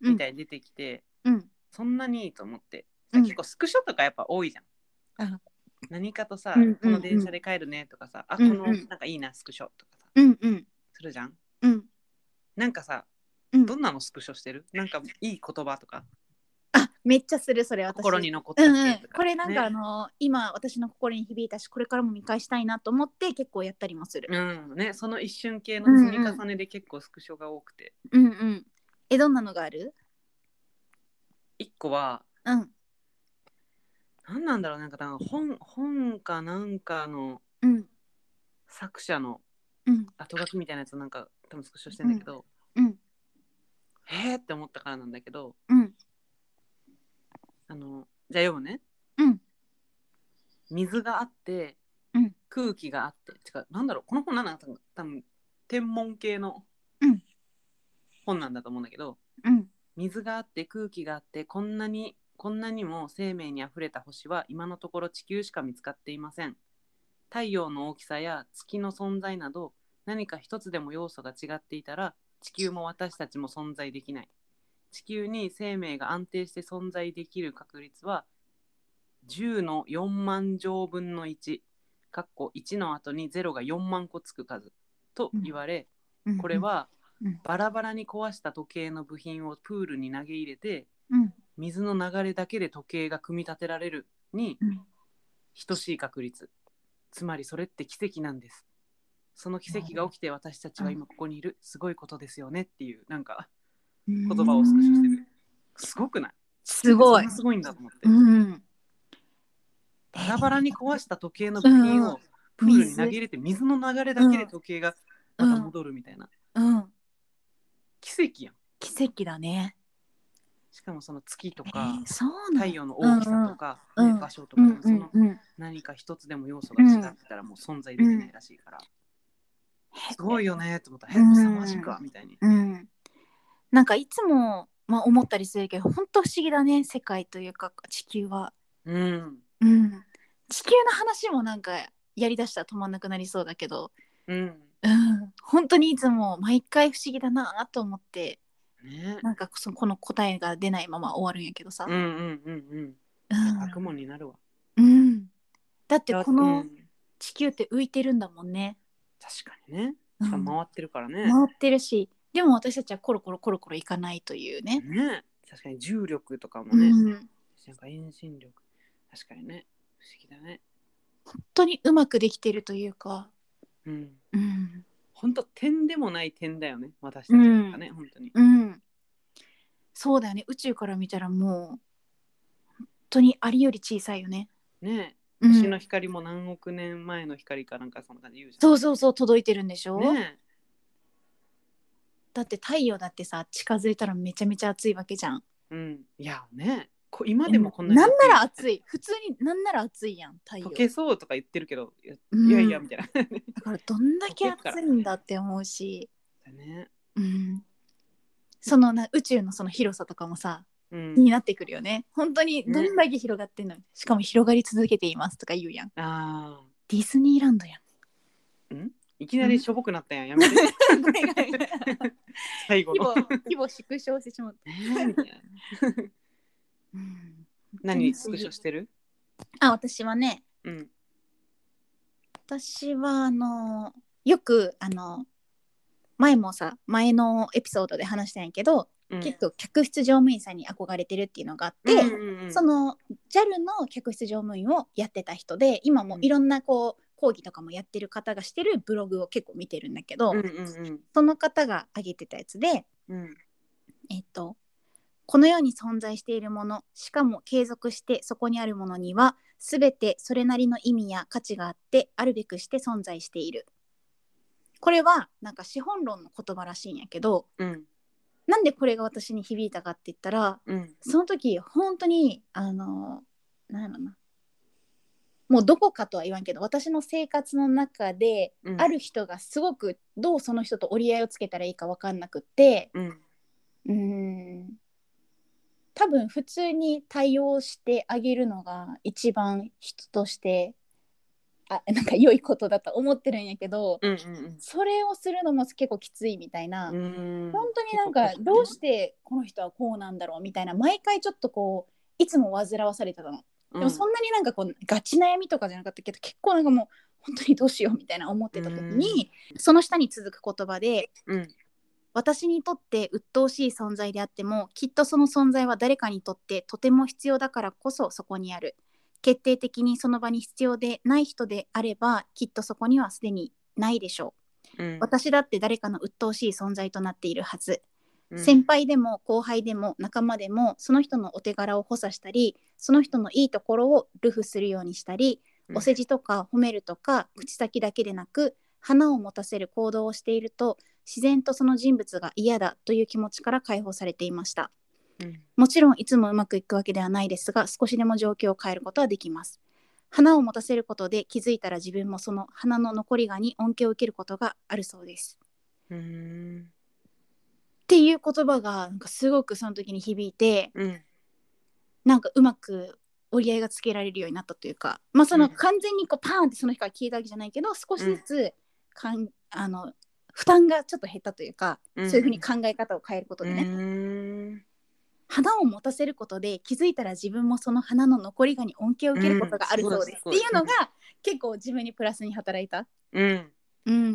A: うん
B: みたいに出てきて、
A: 真。うん。
B: そんなにいいと思って
A: うん
B: 結構スクショとかやっぱ多いじゃん、
A: あ
B: 何かとさ、
A: うんうんうん
B: この電車で帰るねとかさ、
A: うんうん
B: あこのなんかいいなスクショとかさ
A: うんうん。
B: るじゃん
A: うん
B: なんかさ
A: うん
B: どんなのスクショしてるなんかいい言葉とか
A: あめっちゃするそれ私
B: 心に残っ
A: う
B: た
A: ん
B: っ
A: うん
B: てとか、
A: これなんか、あ
B: ね
A: の今私の心に響いたしこれからも見返したいなと思って結構やったりもする、
B: うんね、その一瞬系の積み重ねで結構スクショが多くて、
A: うん、うんえどんなのがある
B: 一個は
A: うん
B: 何なんだろうなんかなんか本本かなんかの
A: うん
B: 作者の
A: うん
B: 後書きみたいなやつなんか多分スクショしてんだけど、
A: うん
B: えーって思ったからなんだけど
A: うん
B: あのじゃあ読むね、
A: うん
B: 水があって、
A: うん
B: 空気があっててかなんだろうこの本なんだ多分多分天文系の
A: うん
B: 本なんだと思うんだけど、
A: うん
B: 水があって空気があってこんなにこんなにも生命にあふれた星は今のところ地球しか見つかっていません太陽の大きさや月の存在など何か一つでも要素が違っていたら地球も私たちも存在できない地球に生命が安定して存在できる確率は10の4万乗分の1かっこ1の後に0が4万個つく数と言われ、
A: うん
B: これは
A: うん
B: バラバラに壊した時計の部品をプールに投げ入れて
A: うん
B: 水の流れだけで時計が組み立てられるに
A: うん
B: 等しい確率つまりそれって奇跡なんですその奇跡が起きて私たちは今ここにいるすごいことですよねっていうなんか
A: 言
B: 言葉をスクショしてるすごくない
A: すごい
B: そんなすごいんだと思って
A: うん
B: バラバラに壊した時計の部
A: う
B: 品
A: ん
B: をプールに投げ入れて水の流れだけで時計がまた戻るみたいな
A: うん
B: 奇跡やん
A: 奇跡だね
B: しかもその月と
A: え
B: か
A: ーそうな
B: 太
A: ん
B: 陽の大きさとか、
A: うんうん
B: ね
A: うん
B: 場所と
A: う
B: か、
A: ん
B: そうの
A: んうん
B: 何か一つでも要素が違ってたらもう存在できないらしいから、すごいよねって思ったら「え
A: うん
B: っさまじくわ」みたいに。
A: うんなんかいつもまあ思ったりするけど本当不思議だね世界というか地球は
B: うん
A: うん地球の話もなんかやりだしたら止まんなくなりそうだけど
B: うん
A: うん本当にいつも毎回不思議だなと思って
B: ね
A: なんかそのこの答えが出ないまま終わるんやけどさ、
B: うんうんうんうん
A: う
B: 悪夢になるわ。
A: んうんだってこ
B: う
A: の
B: ん
A: 地球って浮いてるんだもんね、
B: 確かにね。
A: うん
B: しかも回ってるからね。
A: 回ってるしでも私たちはコロコロコロコロ行かないというね、
B: ね確かに重力とかも
A: う
B: ね。
A: ん、本
B: なんか遠心力。確かにね。不思議だね。
A: 当にうまくできてるというか、
B: うん。
A: うん
B: 本当点でもない点だよね。私たちなんかね、本当に。
A: うん、そうだよね宇宙から見たらもう本当にありより小さいよね、
B: ね
A: うん
B: 星の光も何億年前の光かなんかそんな感じ言うじゃん。
A: そうそうそう届いてるんでしょ、
B: ね
A: だって太陽だってさ近づいたらめちゃめちゃ暑いわけじゃん
B: うん。いやねこ今でもこんなに
A: んなら暑
B: い。
A: い普通になんなら暑いやん太陽
B: 溶けそうとか言ってるけどいや
A: うん
B: いやいやみたいな。
A: だからどんだけ
B: 溶けるから
A: 暑いんだって思うし、
B: ね。
A: うん、そのな宇宙のその広さとかもさ
B: うん
A: に。なってくるよね本当に
B: ね
A: どんだけ広がってんの、しかも広がり続けていますとか言うやん
B: ああ。
A: ディズニーランドやん
B: いきなりしょぼくなったやん。やめ
A: [LAUGHS]
B: て。 [LAUGHS]
A: ごめんごめんごめん
B: 最後
A: 規模
B: の。
A: [LAUGHS] 規模縮小してしまった、
B: ねみたいな
A: うん、 [LAUGHS]
B: 何スクショしてる？
A: あ私はね
B: うん。
A: 私はあのよくあの前もさ前のエピソードで話したんやけど、
B: うん
A: 結構客室乗務員さんに憧れてるっていうのがあって、
B: うんうんうん
A: その JAL の客室乗務員をやってた人で今もいろんなこう講義とかもやってる方がしてるブログを結構見てるんだけど、
B: うんうん
A: その方が上げてたやつで、
B: うんうん
A: えっと、この世に存在しているものしかも継続してそこにあるものには全てそれなりの意味や価値があってあるべくして存在している。これはなんか資本論の言葉らしいんやけど
B: うん
A: なんでこれが私に響いたかって言ったら
B: うん
A: その時本当にあのなんやろなもうどこかとは言わんけど私の生活の中で、
B: うん
A: ある人がすごくどうその人と折り合いをつけたらいいか分かんなくって
B: うん
A: うーん多分普通に対応してあげるのが一番人としてあなんか良いことだと思ってるんやけど、
B: うんうん
A: それをするのも結構きついみたいな。
B: うん。
A: 本当になんかどうしてこの人はこうなんだろうみたいな毎回ちょっとこういつも煩わされてたので
B: て
A: もそんなになんかこうガチ悩みとかじゃなかったけど結構なんかもう本当にどうしようみたいな思ってた時に、その下に続く言葉で
B: うん
A: 私にとって鬱陶しい存在であってもきっとその存在は誰かにとってとても必要だからこそそこにある決定的にその場に必要でない人であればきっとそこにはすでにないでしょ
B: うん
A: う私だって誰かの鬱陶しい存在となっているはず
B: うん
A: 先輩でも後輩でも仲間でもその人のお手柄を補佐したりその人のいいところをルフするようにしたりお世辞とか褒めるとか口先だけでなく花を持たせる行動をしていると自然とその人物が嫌だという気持ちから解放されていました
B: うん
A: もちろんいつもうまくいくわけではないですが少しでも状況を変えることはできます花を持たせることで気づいたら自分もその花の残り香に恩恵を受けることがあるそうです
B: うん
A: っていう言葉がなんかすごくその時に響いて
B: うん
A: なんかうまく折り合いがつけられるようになったというか、まあ、その
B: うん
A: 完全にこうパーンってその日から消えたわけじゃないけど少しずつかん、あの負担がちょっと減ったというか、
B: うん
A: そういうふうに考え方を変えることでね、
B: うん
A: 花を持たせることで気づいたら自分もその花の残り香に恩恵を受けることがあるそうです、
B: うん
A: っていうのが結構自分にプラスに働いた。
B: うん
A: うん、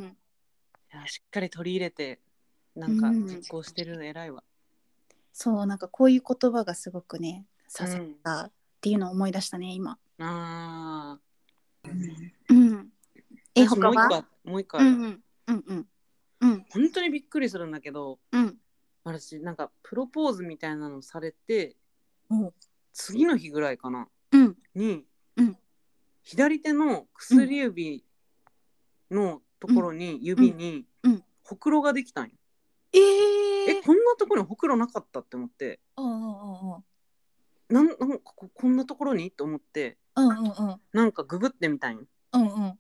B: いやしっかり取り入れてなんか
A: うん
B: 実行してるの偉いわ、
A: そうなんかこういう言葉がすごくね
B: う
A: 刺さっ
B: ん、
A: たっていうのを思い出したね今。
B: あ
A: うん、
B: ー
A: え
B: 私
A: 他
B: もう一個
A: は
B: あもう一個あ
A: う
B: る、
A: んうんうんうんうん
B: 本当にびっくりするんだけど
A: うん
B: 私なんかプロポーズみたいなのされて
A: お
B: 次の日ぐらいかな
A: うん
B: に、
A: うん
B: 左手の薬指のところに、指に、
A: うんうん
B: ほくろができたんよ、
A: え
B: えこんなところにほくろなかったって思って
A: うん
B: なんなんかここんなところにと思って
A: うんうんうん
B: なんかググってみたんよ
A: うんうん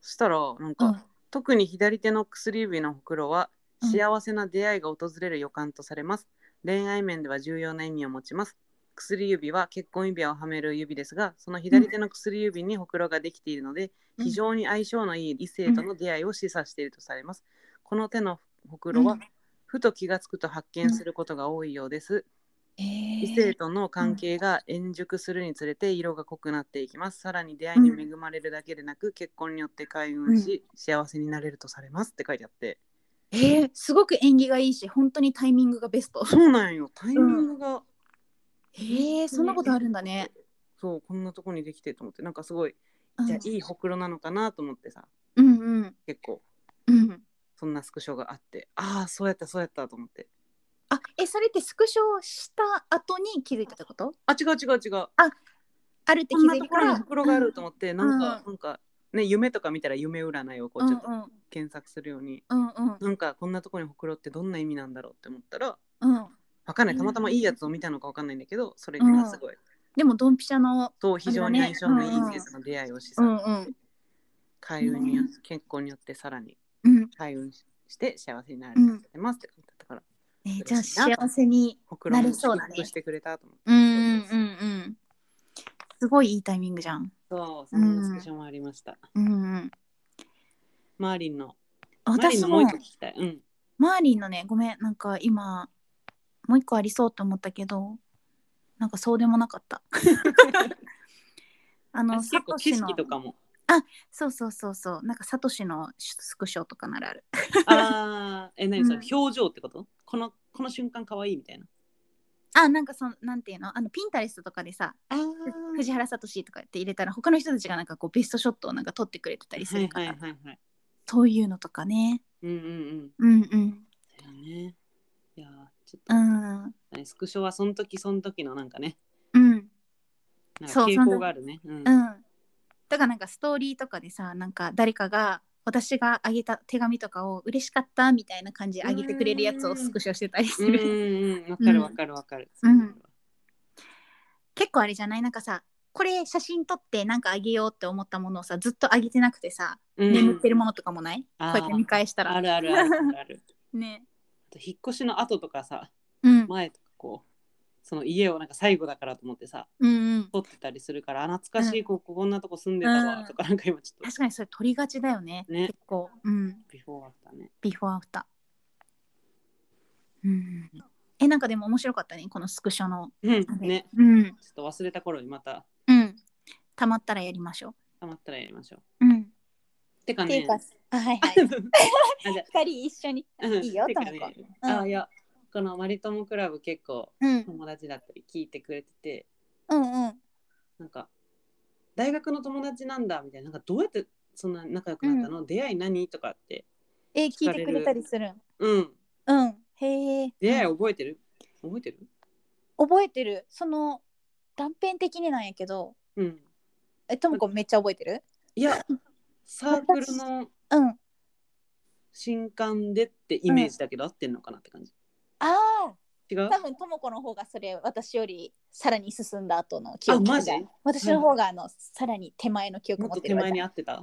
B: そしたらなんか、
A: うん
B: 特に左手の薬指のほくろは
A: うん
B: 幸せな出会いが訪れる予感とされます、恋愛面では重要な意味を持ちます薬指は結婚指輪をはめる指ですがその左手の薬指にほくろができているので、
A: うん
B: 非常に相性のいい異性との出会いを示唆しているとされます、この手のほくろは、
A: うん
B: ふと気がつくと発見することが多いようです、
A: えー
B: 異性との関係が円熟するにつれて色が濃くなっていきます。さらに出会いに恵まれるだけでなく、結婚によって開運し、幸せになれるとされますって書いてあって。
A: えーすごく縁起がいいし本当にタイミングがベスト
B: そうなんよ。タイミングが、
A: えー、そんなことあるんだね
B: そうこんなとこにできてと思って、なんかすごい、
A: うん
B: じゃあいいほくろなのかなと思ってさ、
A: うんうん
B: 結構
A: うん
B: そんなスクショがあって、ああそうやったそうやったと思って。
A: あえそれってスクショした後に気づいたってこと
B: あ違う違う違う。
A: あるって
B: こ
A: 気
B: んな
A: づい
B: と
A: た
B: こ
A: か
B: ろに
A: ら
B: ほくろがあると思って、なんか、
A: うん
B: なんかね夢とか見たら夢占いをこ
A: う
B: うんち
A: う
B: ょっと
A: ん
B: 検索するように。
A: うんうん
B: なんかこんなとこにほくろってどんな意味なんだろうって思ったら
A: うん
B: わかんないたまたまいいやつを見たのかわかんないんだけどそれがすごい、
A: でもドンピシャの
B: そう非常に相性のいい
A: うん
B: 季節の出会いをし
A: う
B: さ、
A: んうん
B: 開運によ
A: うん
B: 健康によってさらに
A: うん
B: 開運して幸せになれるってますって書いてあったから、
A: えーじゃあ幸せに
B: ほくろ
A: な
B: も
A: れそうだね
B: 祝福してくれたと思って
A: うんうんうんうんすごいいいタイミングじゃん
B: そうそんなスクショもありました、
A: うんうん
B: マーリンのマーリ
A: 私
B: ンのもう
A: も
B: 一個聞きたいうん
A: マーリンのねごめんなんか今もう一個ありそうと思ったけどなんかそうでもなかった [LAUGHS] あの
B: 私
A: サ
B: 結構
A: ト
B: 景
A: シの
B: 色とかも
A: [LAUGHS] そうそうそうそうなんかサトシのスクショとかならある
B: ああえ何それ、
A: うん
B: 表情ってことこのこの瞬間可愛いみたいな
A: あなんかそのなんていうのあのピンタレストとかでさ
B: ああ
A: 藤原さとしとかって入れたら他の人たちがなんかこうベストショットをなんか撮ってくれてたりす
B: は
A: る
B: い
A: か
B: は
A: ら、
B: いはいはい
A: そういうのとかね
B: うんうんうん
A: うんうん
B: だよね。いやー、ちょっ
A: う
B: と、
A: ん
B: スクショはその時その時のなんかね、
A: うん
B: なん
A: そ
B: か
A: う
B: 傾向があるね。うん。
A: うん、だからなんかストーリーとかでさなんか誰かが私があげた手紙とかを嬉しかったみたいな感じであげてくれるやつをスクショしてたりす
B: うん
A: る、
B: うんうん、わかるわかるわかる。
A: うん結構あれじゃないなんかさこれ写真撮ってなんかあげようって思ったものをさずっとあげてなくてさ
B: うん
A: 眠ってるものとかもない、
B: あー
A: こうやって見返した
B: あ
A: ら
B: るあるあるあるある。
A: ね
B: あと、引っ越しの後とかさ、
A: うん
B: 前とかこう、その家をなんか最後だからと思ってさ、
A: うんうん
B: 撮ってたりするから、あ、懐かしい、こここんなとこ住んでた
A: う
B: わ
A: ん
B: とか、なんか今ちょっと、
A: 確かにそれ撮りがちだよね
B: ね
A: 結構うん
B: ビフォーアフターね。
A: ビフォーアフターうんえなんかでも面白かったねこのスクショの
B: うん、ね。
A: うん
B: ちょっと忘れた頃にまた、
A: うんたまったらやりましょう
B: たまったらやりましょう。
A: うん
B: てか
A: ってい
B: ね
A: うか、あはいはい
B: あじゃ
A: 二人一緒に
B: あ [LAUGHS] うん
A: いいよ
B: てかね
A: ともこうん
B: あいやこのマリトモクラブ結構
A: うん
B: 友達だったり聞いてくれてて
A: うんうん
B: なんか大学の友達なんだみたいななんかどうやってそんな仲良くなったの、出会い何とかって
A: え聞いてくれたりするん
B: うん
A: うんへえ
B: 出会い覚えてる、覚えてる
A: 覚えてるその断片的になんやけど
B: うん
A: えともこめっちゃ覚えてる
B: いやサークルの
A: うんあ
B: 新刊でってイメージだけど、合ってんのかなって感じ
A: あ
B: 違う
A: 多分ともこの方がそれ私よりさらに進んだ後の記憶
B: あマジ
A: 私の方があの、さらに手前の記憶
B: もっ
A: 持っ
B: と
A: て
B: 手
A: るわ
B: 前
A: け
B: に合ってた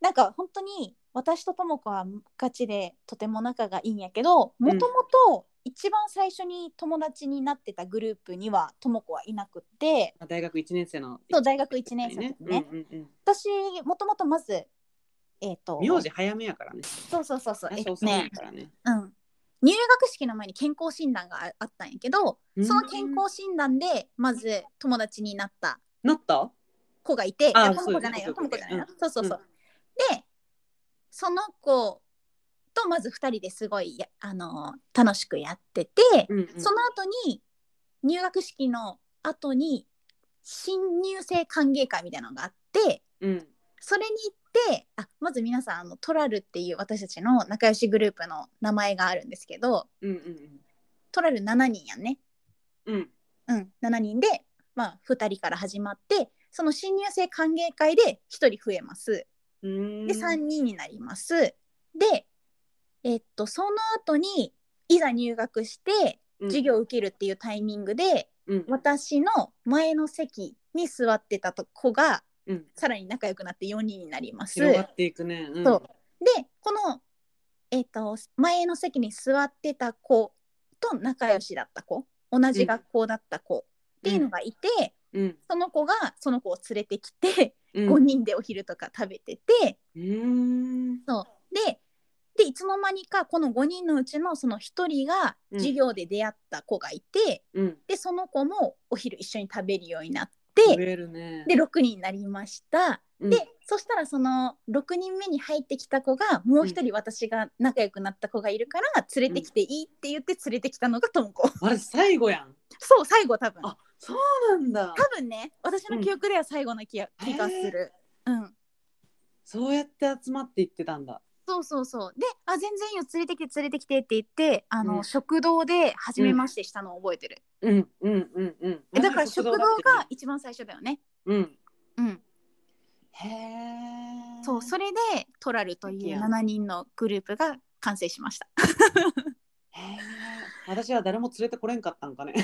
A: なんか本当に私とともこはガチでとても仲がいいんやけどもともと一番最初に友達になってたグループにはともこはいなくって
B: あ大学1年生の
A: そう大学1年生の時ね、
B: うんうん
A: 私もともとまずえっ、と
B: うん、名字早めやからね
A: そうそうそうそうえっ
B: そ
A: と
B: うそうや
A: ね、
B: からね
A: うん、入学式の前に健康診断がああったんやけど
B: うん
A: その健康診断でまず友達になった
B: なった
A: 子がいて、い
B: あ
A: やともこじゃないよ、と
B: そう
A: も
B: で
A: こ
B: す
A: じ
B: ね
A: ゃないよ
B: う。
A: そうそうそう。で、その子とまず2人ですごいや、あのー楽しくやってて、
B: うんうん
A: その後に入学式の後に新入生歓迎会みたいなのがあって、
B: うん
A: それに行って、あまず皆さんあの、トラルっていう私たちの仲良しグループの名前があるんですけど、
B: うんうん
A: トラル7人やんね。
B: うんうん
A: うん、7人で、まあ、2人から始まってその新入生歓迎会で1人増えます
B: うーん
A: で3人になりますで、えっと、その後にいざ入学して
B: うん
A: 授業を受けるっていうタイミングで、
B: うん
A: 私の前の席に座ってたと子が
B: うん
A: さらに仲良くなって4人になります。
B: 広がっていくね、うん、
A: そうでこの、えっと前の席に座ってた子と仲良しだった子同じ学校だった子っていうのがいて、
B: うん
A: その子がその子を連れてきて、
B: うん
A: 5人でお昼とか食べてて
B: うーん
A: ででいつの間にかこの5人のうちのその1人が
B: うん
A: 授業で出会った子がいて、
B: うん
A: でその子もお昼一緒に食べるようになって、
B: 増えるね
A: で6人になりました。
B: うん
A: で、そしたらその6人目に入ってきた子がもう一人私が仲良くなった子がいるから連れてきていいって言って連れてきたのがとも子
B: あれ最後やん
A: そう最後多分多
B: あそうなんだ
A: 分ね私の記憶では最後の気が,、
B: うん
A: 気がする、うん
B: そうやって集まっていってたんだ
A: そうそうそうで「あ全然いいよ連れてきて連れてきて」って言ってあの、
B: うん
A: 食堂で初めましてしたのを覚えてる、
B: うんうんうんうん
A: えだから食堂
B: だって
A: が
B: ね
A: 一番最初だよね
B: うん
A: うん
B: へえ
A: そうそれでトラルと
B: い
A: い
B: や
A: う7人のグループが完成しました
B: へえ私は誰も連れてこれんかった
A: [LAUGHS]
B: んかね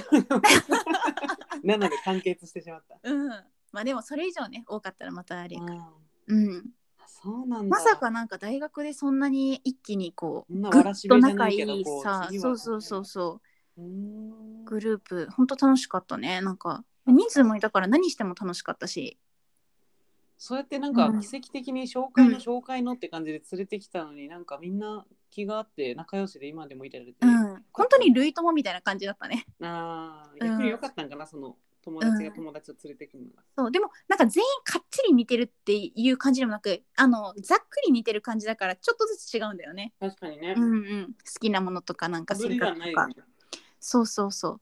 B: なので完結してしまった
A: うん [LAUGHS] まあでもそれ以上ね多かったらまたあれ
B: うん
A: うん
B: そうなんだ
A: まさかなんか大学でそんなに一気にこう
B: そんな
A: ぐ
B: わ
A: っ
B: らし
A: と
B: べじゃ
A: 仲
B: ないいけど
A: い
B: こう
A: さ
B: 次は
A: そうそうそうそう
B: うーん
A: グループほんと楽しかったねなんか人数もいたから何しても楽しかったし
B: そうやってなんか
A: うん
B: 奇跡的に紹介
A: う
B: の
A: ん
B: 紹介のって感じで連れてきたのに、なんかみんな気があって仲良しで今でもいられて、
A: うん
B: あ
A: 本当に類友みたいな感じだったね
B: あー
A: うん
B: 逆に良かったんかな、その友達が友達を連れてくるのが、
A: そうでもなんか全員かっちり似てるっていう感じでもなくあのざっくり似てる感じだからちょっとずつ違うんだよね
B: 確かにね、
A: うんうん好きなものとかなんか
B: かぶ
A: 性
B: りが
A: 格
B: な
A: と
B: い
A: か
B: よね
A: そうそうそう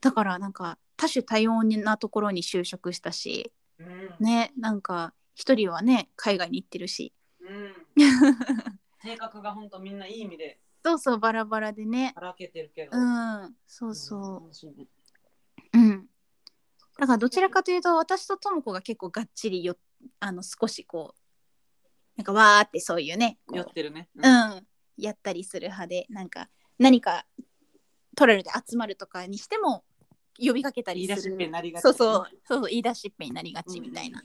A: だからなんか多種多様なところに就職したし
B: うん
A: ねなんか一人はね海外に行ってるし
B: うん、性格が本当みんないい意味で
A: そうそうバラバラでね
B: ばらけてるけど、
A: うんそうそ
B: 楽しいね
A: ううんだからどちらかというと私ととも子が結構がっちりよあの少しこうなんかわーってそういうねこ
B: や
A: う
B: ってるね、うん
A: うん、やったりする派でなんか何かトラルで集まるとかにしても呼びかけた
B: 言
A: り
B: い
A: す
B: 出
A: る
B: しっぺになりがち
A: そうそうそうそう言い出しっぺになりがちみたいな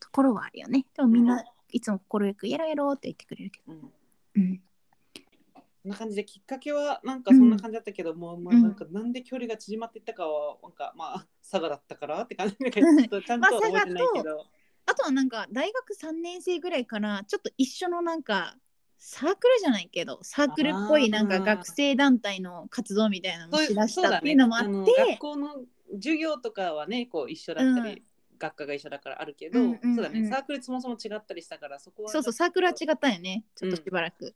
A: ところはあるよね、でもみん
B: うん
A: ないつも心よく「やろうやろ」って言ってくれるけど、
B: うん、こ
A: うん、
B: んな感じできっかけはなんかそんな感じだったけど、もうまあ
A: うん
B: なんかなんで距離が縮まっていったかはなんかまあ佐賀だったからって感じだけどちょっとちゃんとは覚えてないけど、
A: あとはなんか大学3年生ぐらいからちょっと一緒のなんかサークルじゃないけどサークルっぽいなん
B: あ
A: か
B: ー
A: 学生団体の活動みたいなの
B: そ
A: も
B: ういう
A: しだし
B: そう
A: た
B: だ
A: ってい
B: ね
A: うのもあって
B: の学校の授業とかはねこう一緒だったり、学科が一緒だからあるけど、
A: うんうんうん
B: そうだねサークルそもそも違ったりしたからそこは
A: そうそうサークルは違ったよねちょっとしばらく、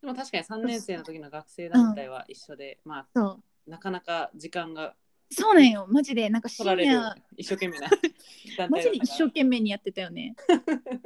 B: でも確かに3年生の時の学生団体は一緒で、ま
A: そう
B: あなかなか時間が
A: そうなんよマジでなんか深
B: 取られる
A: 夜
B: 一生懸命な団体だったか
A: [LAUGHS]
B: ら
A: マジで一生懸命にやってたよ
B: [LAUGHS]
A: ね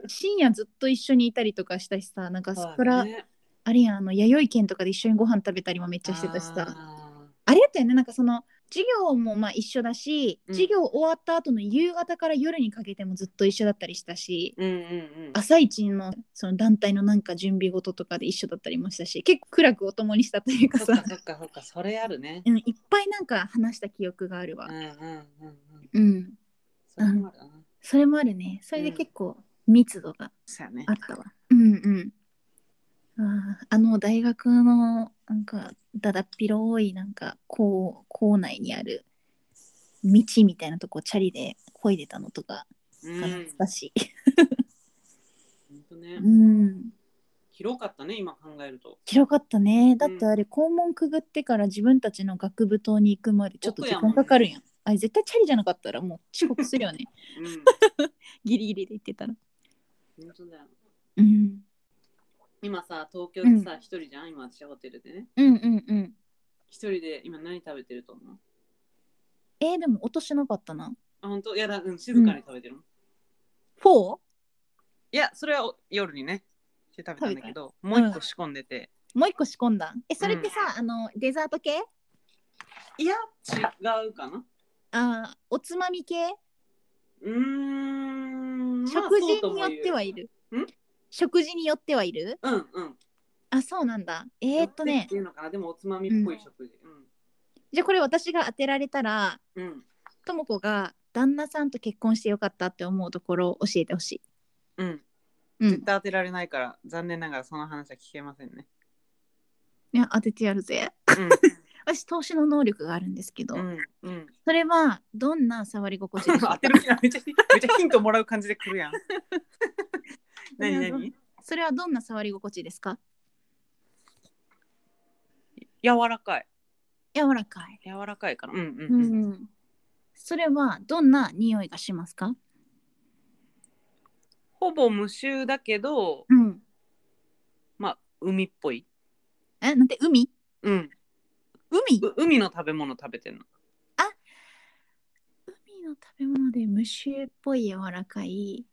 A: 深夜ずっと一緒にいたりとかしたしさなんかそこから、
B: そうだね
A: あれやんあの弥生県とかで一緒にご飯食べたりもめっちゃしてたしさあ
B: あ
A: れやったよねなんかその授業もまあ一緒だし、
B: うん
A: 授業終わった後の夕方から夜にかけてもずっと一緒だったりしたし、
B: ーうんうんうん
A: 朝一のその団体のなんか準備事とかで一緒だったりもしたし結構苦楽を共にしたというか
B: そっか
A: さ
B: そっかそっかそれあるね
A: うん、いっぱいなんか話した記憶があるわ
B: うんうんうんうん
A: うん
B: それもあるな
A: それもあるねそれで結構密度が
B: そうやね
A: あったわうんうんあーあの大学のなんかだだっ広いなんか校校内にある道みたいなとこチャリで漕いでたのとか
B: うん
A: 懐かしい、
B: ほんとね
A: うん、
B: 広かったね今考えると
A: 広かったねだってあれ校門くぐってから自分たちの学部棟に行くまでちょっと時間かかるやんあれ絶対チャリじゃなかったらもう遅刻するよね
B: うん
A: [LAUGHS] ギリギリで行ってたら
B: 本当だよ
A: うん
B: 今さ東京でさ一人じゃん今私はホテルでね
A: うんうんうん
B: 一人で今何食べてると思う
A: えーでも落としてなかったな
B: あ本当いやだ、うん、静かに食べてるの、
A: 4?
B: いやそれはお夜にねして食べたんだけども
A: た
B: う一個仕込んでて、
A: もう一個仕込んだんえそれってさ、あのデザート系
B: いや違うかな
A: あーおつまみ系、
B: うーんまあ
A: 食
B: そう
A: 事
B: と
A: に
B: も
A: よ
B: 言う
A: ってはいる
B: ん
A: 食事によってはいる
B: うんうん
A: あそうなんだえー、っと
B: 寄てっ
A: ね
B: ていうのかなでもおつまみっぽい食事
A: じゃあこれ私が当てられたら
B: うん、うん
A: ともこが旦那さんと結婚してよかったって思うところを教えてほしい
B: うん、
A: うん
B: 絶対当てられないから残念ながらその話は聞けませんね。
A: いや当ててやるぜ私投資の能力があるんですけど、
B: うん、うん、うん。
A: それはどんな触り心地でしょう [LAUGHS]
B: 当
A: か
B: てる気なめっちゃめっちゃヒントもらう感じで来る [LAUGHS] やん。何何
A: それはどんな触り心地ですか
B: 柔らかい。
A: 柔らかい、
B: 柔らかいから。うんう、
A: うん
B: うん。
A: ん、それはどんな匂いがしますか
B: ほぼ無臭だけど、
A: うん
B: まあ海っぽい。
A: えなんて海
B: うん。
A: 海
B: う海の食べ物食べてんの。
A: 海の食べ物で無臭っぽい柔らかい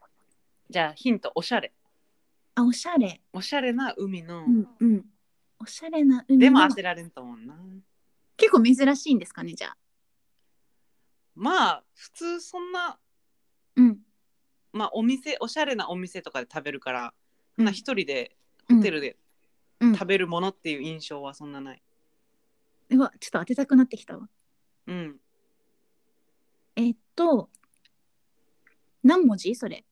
B: じゃあヒントおしゃれ。
A: あおしゃれ、
B: おしゃれな海の。
A: うん、おしゃれな海の
B: でも当てられんと思うな。
A: 結構珍しいんですかねじゃあ
B: まあ普通そんな
A: うん
B: まあお店おしゃれなお店とかで食べるから、
A: う
B: そ
A: ん
B: んな一人でホテルで
A: うん
B: 食べるものっていう印象はそんなない。
A: うわちょっと当てたくなってきたわ
B: うん。
A: えっと何文字それ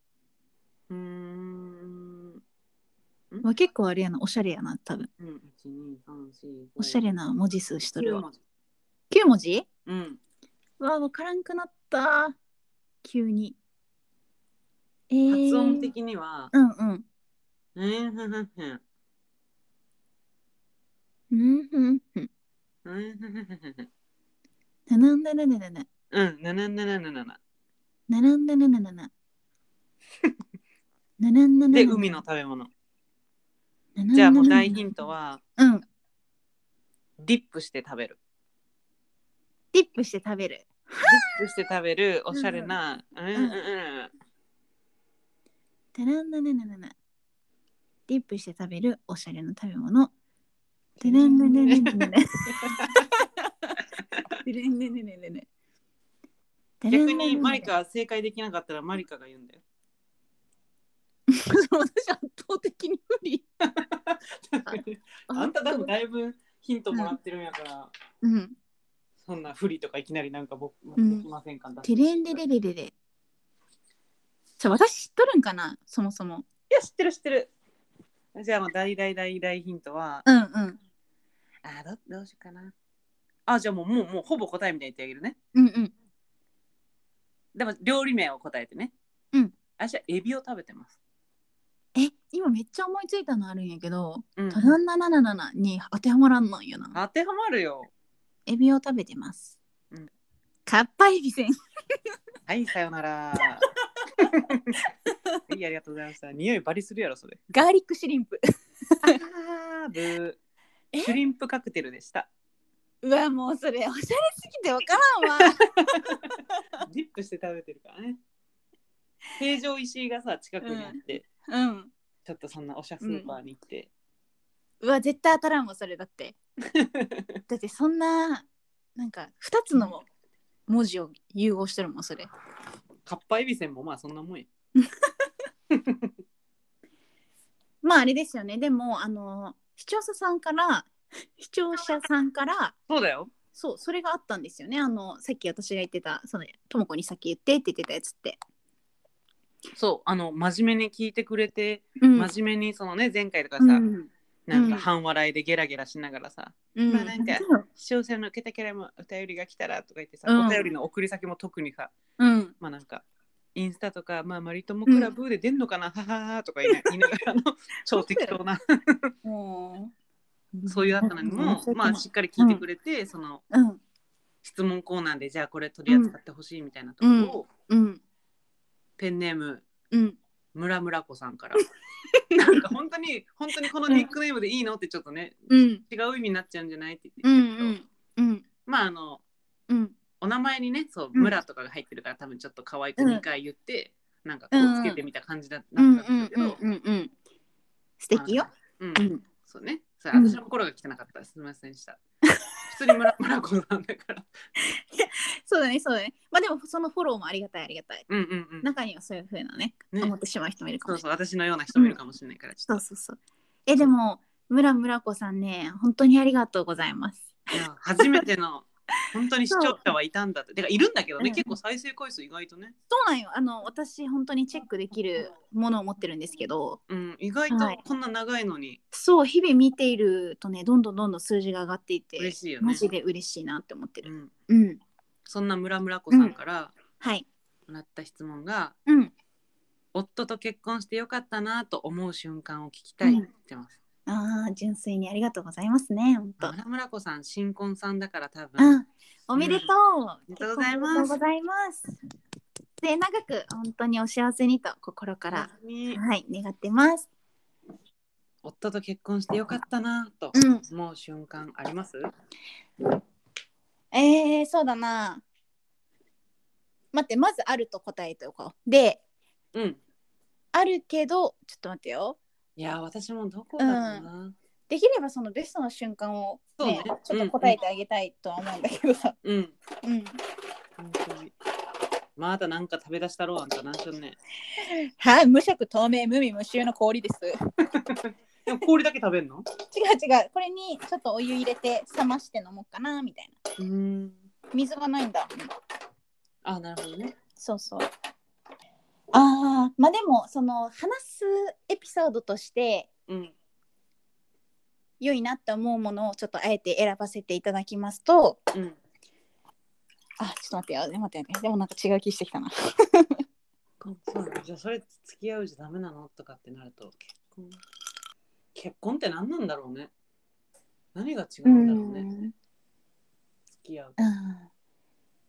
B: うーん。
A: は結構あれやなおしゃれやな多分
B: うん、一二三四。
A: おしゃれな文字数しとるわ
B: わ。
A: 9文字
B: うん。
A: うわ分からんくなった急にえー、
B: 発音的には。
A: うんうん
B: うんふんふんふん。
A: うんうんうん
B: うんふんふんふんふん。
A: ななんだなななな
B: うん、ななななななな。
A: ならんだなななな。ならんだななな。
B: で、海の。食べ物。
A: ならんだななな
B: じゃあもう大ヒント。は、
A: うん。
B: ディップして食べる。
A: ディップして食べる。
B: ディップして食べる、おしゃれな。うんうんうん。
A: ならんだなななな。ディップして食べるおしゃれな食べ物。なら
B: [LAUGHS]
A: んだななななな。
B: 逆にマリカは正解できなかったらマリカが言うんだよ。
A: [LAUGHS] 私圧倒的に不利。
B: あんた多分だいぶヒントもらってるんやから、
A: うん。
B: そんな不利とかいきなりなんか僕僕
A: うん
B: できませんか、
A: てれんでれれれれ。じゃ私知っとるんかなそもそも。
B: いや知ってる知ってる。じゃあもう大大大大ヒントは、
A: うんうん。
B: あどどうしようかな。あじゃあもうもうもうほぼ答えみたいに言ってあげるね。
A: うんうん。
B: でも料理名を答えてね。
A: うん。
B: あじゃあエビを食べてます。
A: え今めっちゃ思いついたのあるんやけど
B: う
A: 「
B: ん、
A: タランナナナナナ」に当てはまらんなんよな
B: 当てはまるよ。
A: エビを食べてます、
B: うん
A: かっぱえびせん
B: はい、さよな
A: [LAUGHS]
B: ら。はい、ありがとうございました。匂いバリするやろ、それ。
A: ガーリックシュリンプ
B: あーぶー。シュリンプカクテルでした。
A: うわもうそれおしゃれすぎてわからんわ
B: ディップして食べてるからね。平常石井がさ、近くにあって、 [LAUGHS]
A: うん
B: ちょっとそんなおしゃスーパーに行って。
A: うわ絶対当たらんわそれだってだってそんななんか2つの文字を融合してるもんそれ
B: カッパエビせんもまあそんなもんや。
A: まああれですよねでもあの視聴者さんから視聴者さんから
B: そうだよ。
A: そうそれがあったんですよねあのさっき私が言ってたそのともこにさっき言ってって言ってたやつって、
B: そう、あの、真面目に聞いてくれて、
A: うん
B: 真面目にそのね、前回とかさ、
A: うん
B: なん
A: う
B: か
A: ん
B: 半笑いでゲラゲラしながらさ、
A: うん
B: まあなんか
A: そう
B: 視聴者のケタケラもお便りが来たらとか言ってさ、
A: うん
B: お便りの送り先も特にさ、
A: うん、
B: まあなんか、インスタとか、まあ、マリトモクラブで出んのかな、はははとか言いな言いながらあの、超適当な、
A: もう
B: そういうあったのにも、まあしっかり聞いてくれて、その
A: うん
B: 質問コーナーで、じゃあこれ取り扱ってほしいみたいなところを、
A: うん
B: ペンネーム、
A: うん
B: ムラムラ子さ
A: [LAUGHS]
B: んから。なんか本当に、本当にこのニックネームでいいのってちょっとね、
A: うん
B: 違う意味になっちゃうんじゃないって
A: う
B: 言ってたけど、
A: んうん
B: まああの、
A: うん
B: お名前にねそう
A: うん
B: 村とかが入ってるから、多分ちょっと可愛く
A: うん
B: 2回言って、なんかこうつけてみた感じだった
A: うん
B: ん
A: う
B: だった
A: ん
B: け
A: う
B: ど、
A: んうんうん素敵よ、
B: うん
A: うん、
B: そうねそれ
A: うん
B: 私の心が汚かったすみませんでした普通に村村子さんだから
A: そうだねそうだねまあでもそのフォローもありがたいありがたい
B: うんうんうん
A: 中にはそういうふうなね
B: ね
A: 思ってしまう人もいるか
B: そ
A: も
B: う
A: し
B: そう私のような人もいるかもしれないから、
A: れないそうそうそうえでも村村子さんね本当にありがとうございます
B: いや初めての本当に視聴者はいたんだっててかいるんだけどね、
A: うん
B: 結構再生回数意外とね
A: そうなんよあの私本当にチェックできるものを持ってるんですけど
B: うん意外と
A: はい
B: こんな長いのに、
A: そう日々見ているとねどんどんどんどん数字が上がっていて
B: 嬉しいよね
A: マジで嬉しいなって思って
B: う
A: る
B: ん、
A: うん
B: そんな村村子さんから
A: はい
B: もらった質問が、
A: うん
B: 夫と結婚してよかったなと思う瞬間を聞きたいっ
A: う
B: て
A: ん
B: 言ってます。
A: あー純粋にありがとうございますね本当
B: 村村子さん新婚さんだから多分
A: あ、おめでとう。
B: りがとうございま
A: 結
B: す
A: 婚おめでとうございます。末長く本当にお幸せにと心から、
B: 本当に
A: はい、願ってます。
B: 夫と結婚してよかったなと
A: うん
B: 思う瞬間あります？
A: えー、そうだな。待って、まずあると答えておこう。で、
B: うん。
A: あるけど、ちょっと待ってよ。
B: いや私もどこだろうな。
A: できればそのベストの瞬間を、ね
B: そうね
A: ちょっと答えてあげたいとは思うんだけどさ。
B: うん。
A: うん。
B: 本当に。まだなんか食べ出したろうあんたなんしょんね。
A: はい、無色透明無味無臭の氷です。違う
B: でも氷だけ食べんの？
A: 違う。これにちょっとお湯入れて冷まして飲もうかなみたいな。
B: うん。
A: 水がないんだ。
B: あなるほどね。
A: そうそう。ああ、まあでもその話すエピソードとして
B: うん。
A: 良いなって思うものをちょっとあえて選ばせていただきますと、
B: うん。
A: あ、ちょっと待ってよ、待って待って、でもなんか違う気してきたな。
B: そうなのじゃあそれ付き合うじゃダメなのとかってなると結婚結婚って何なんだろうね何が違うんだろうね、付き合う
A: うん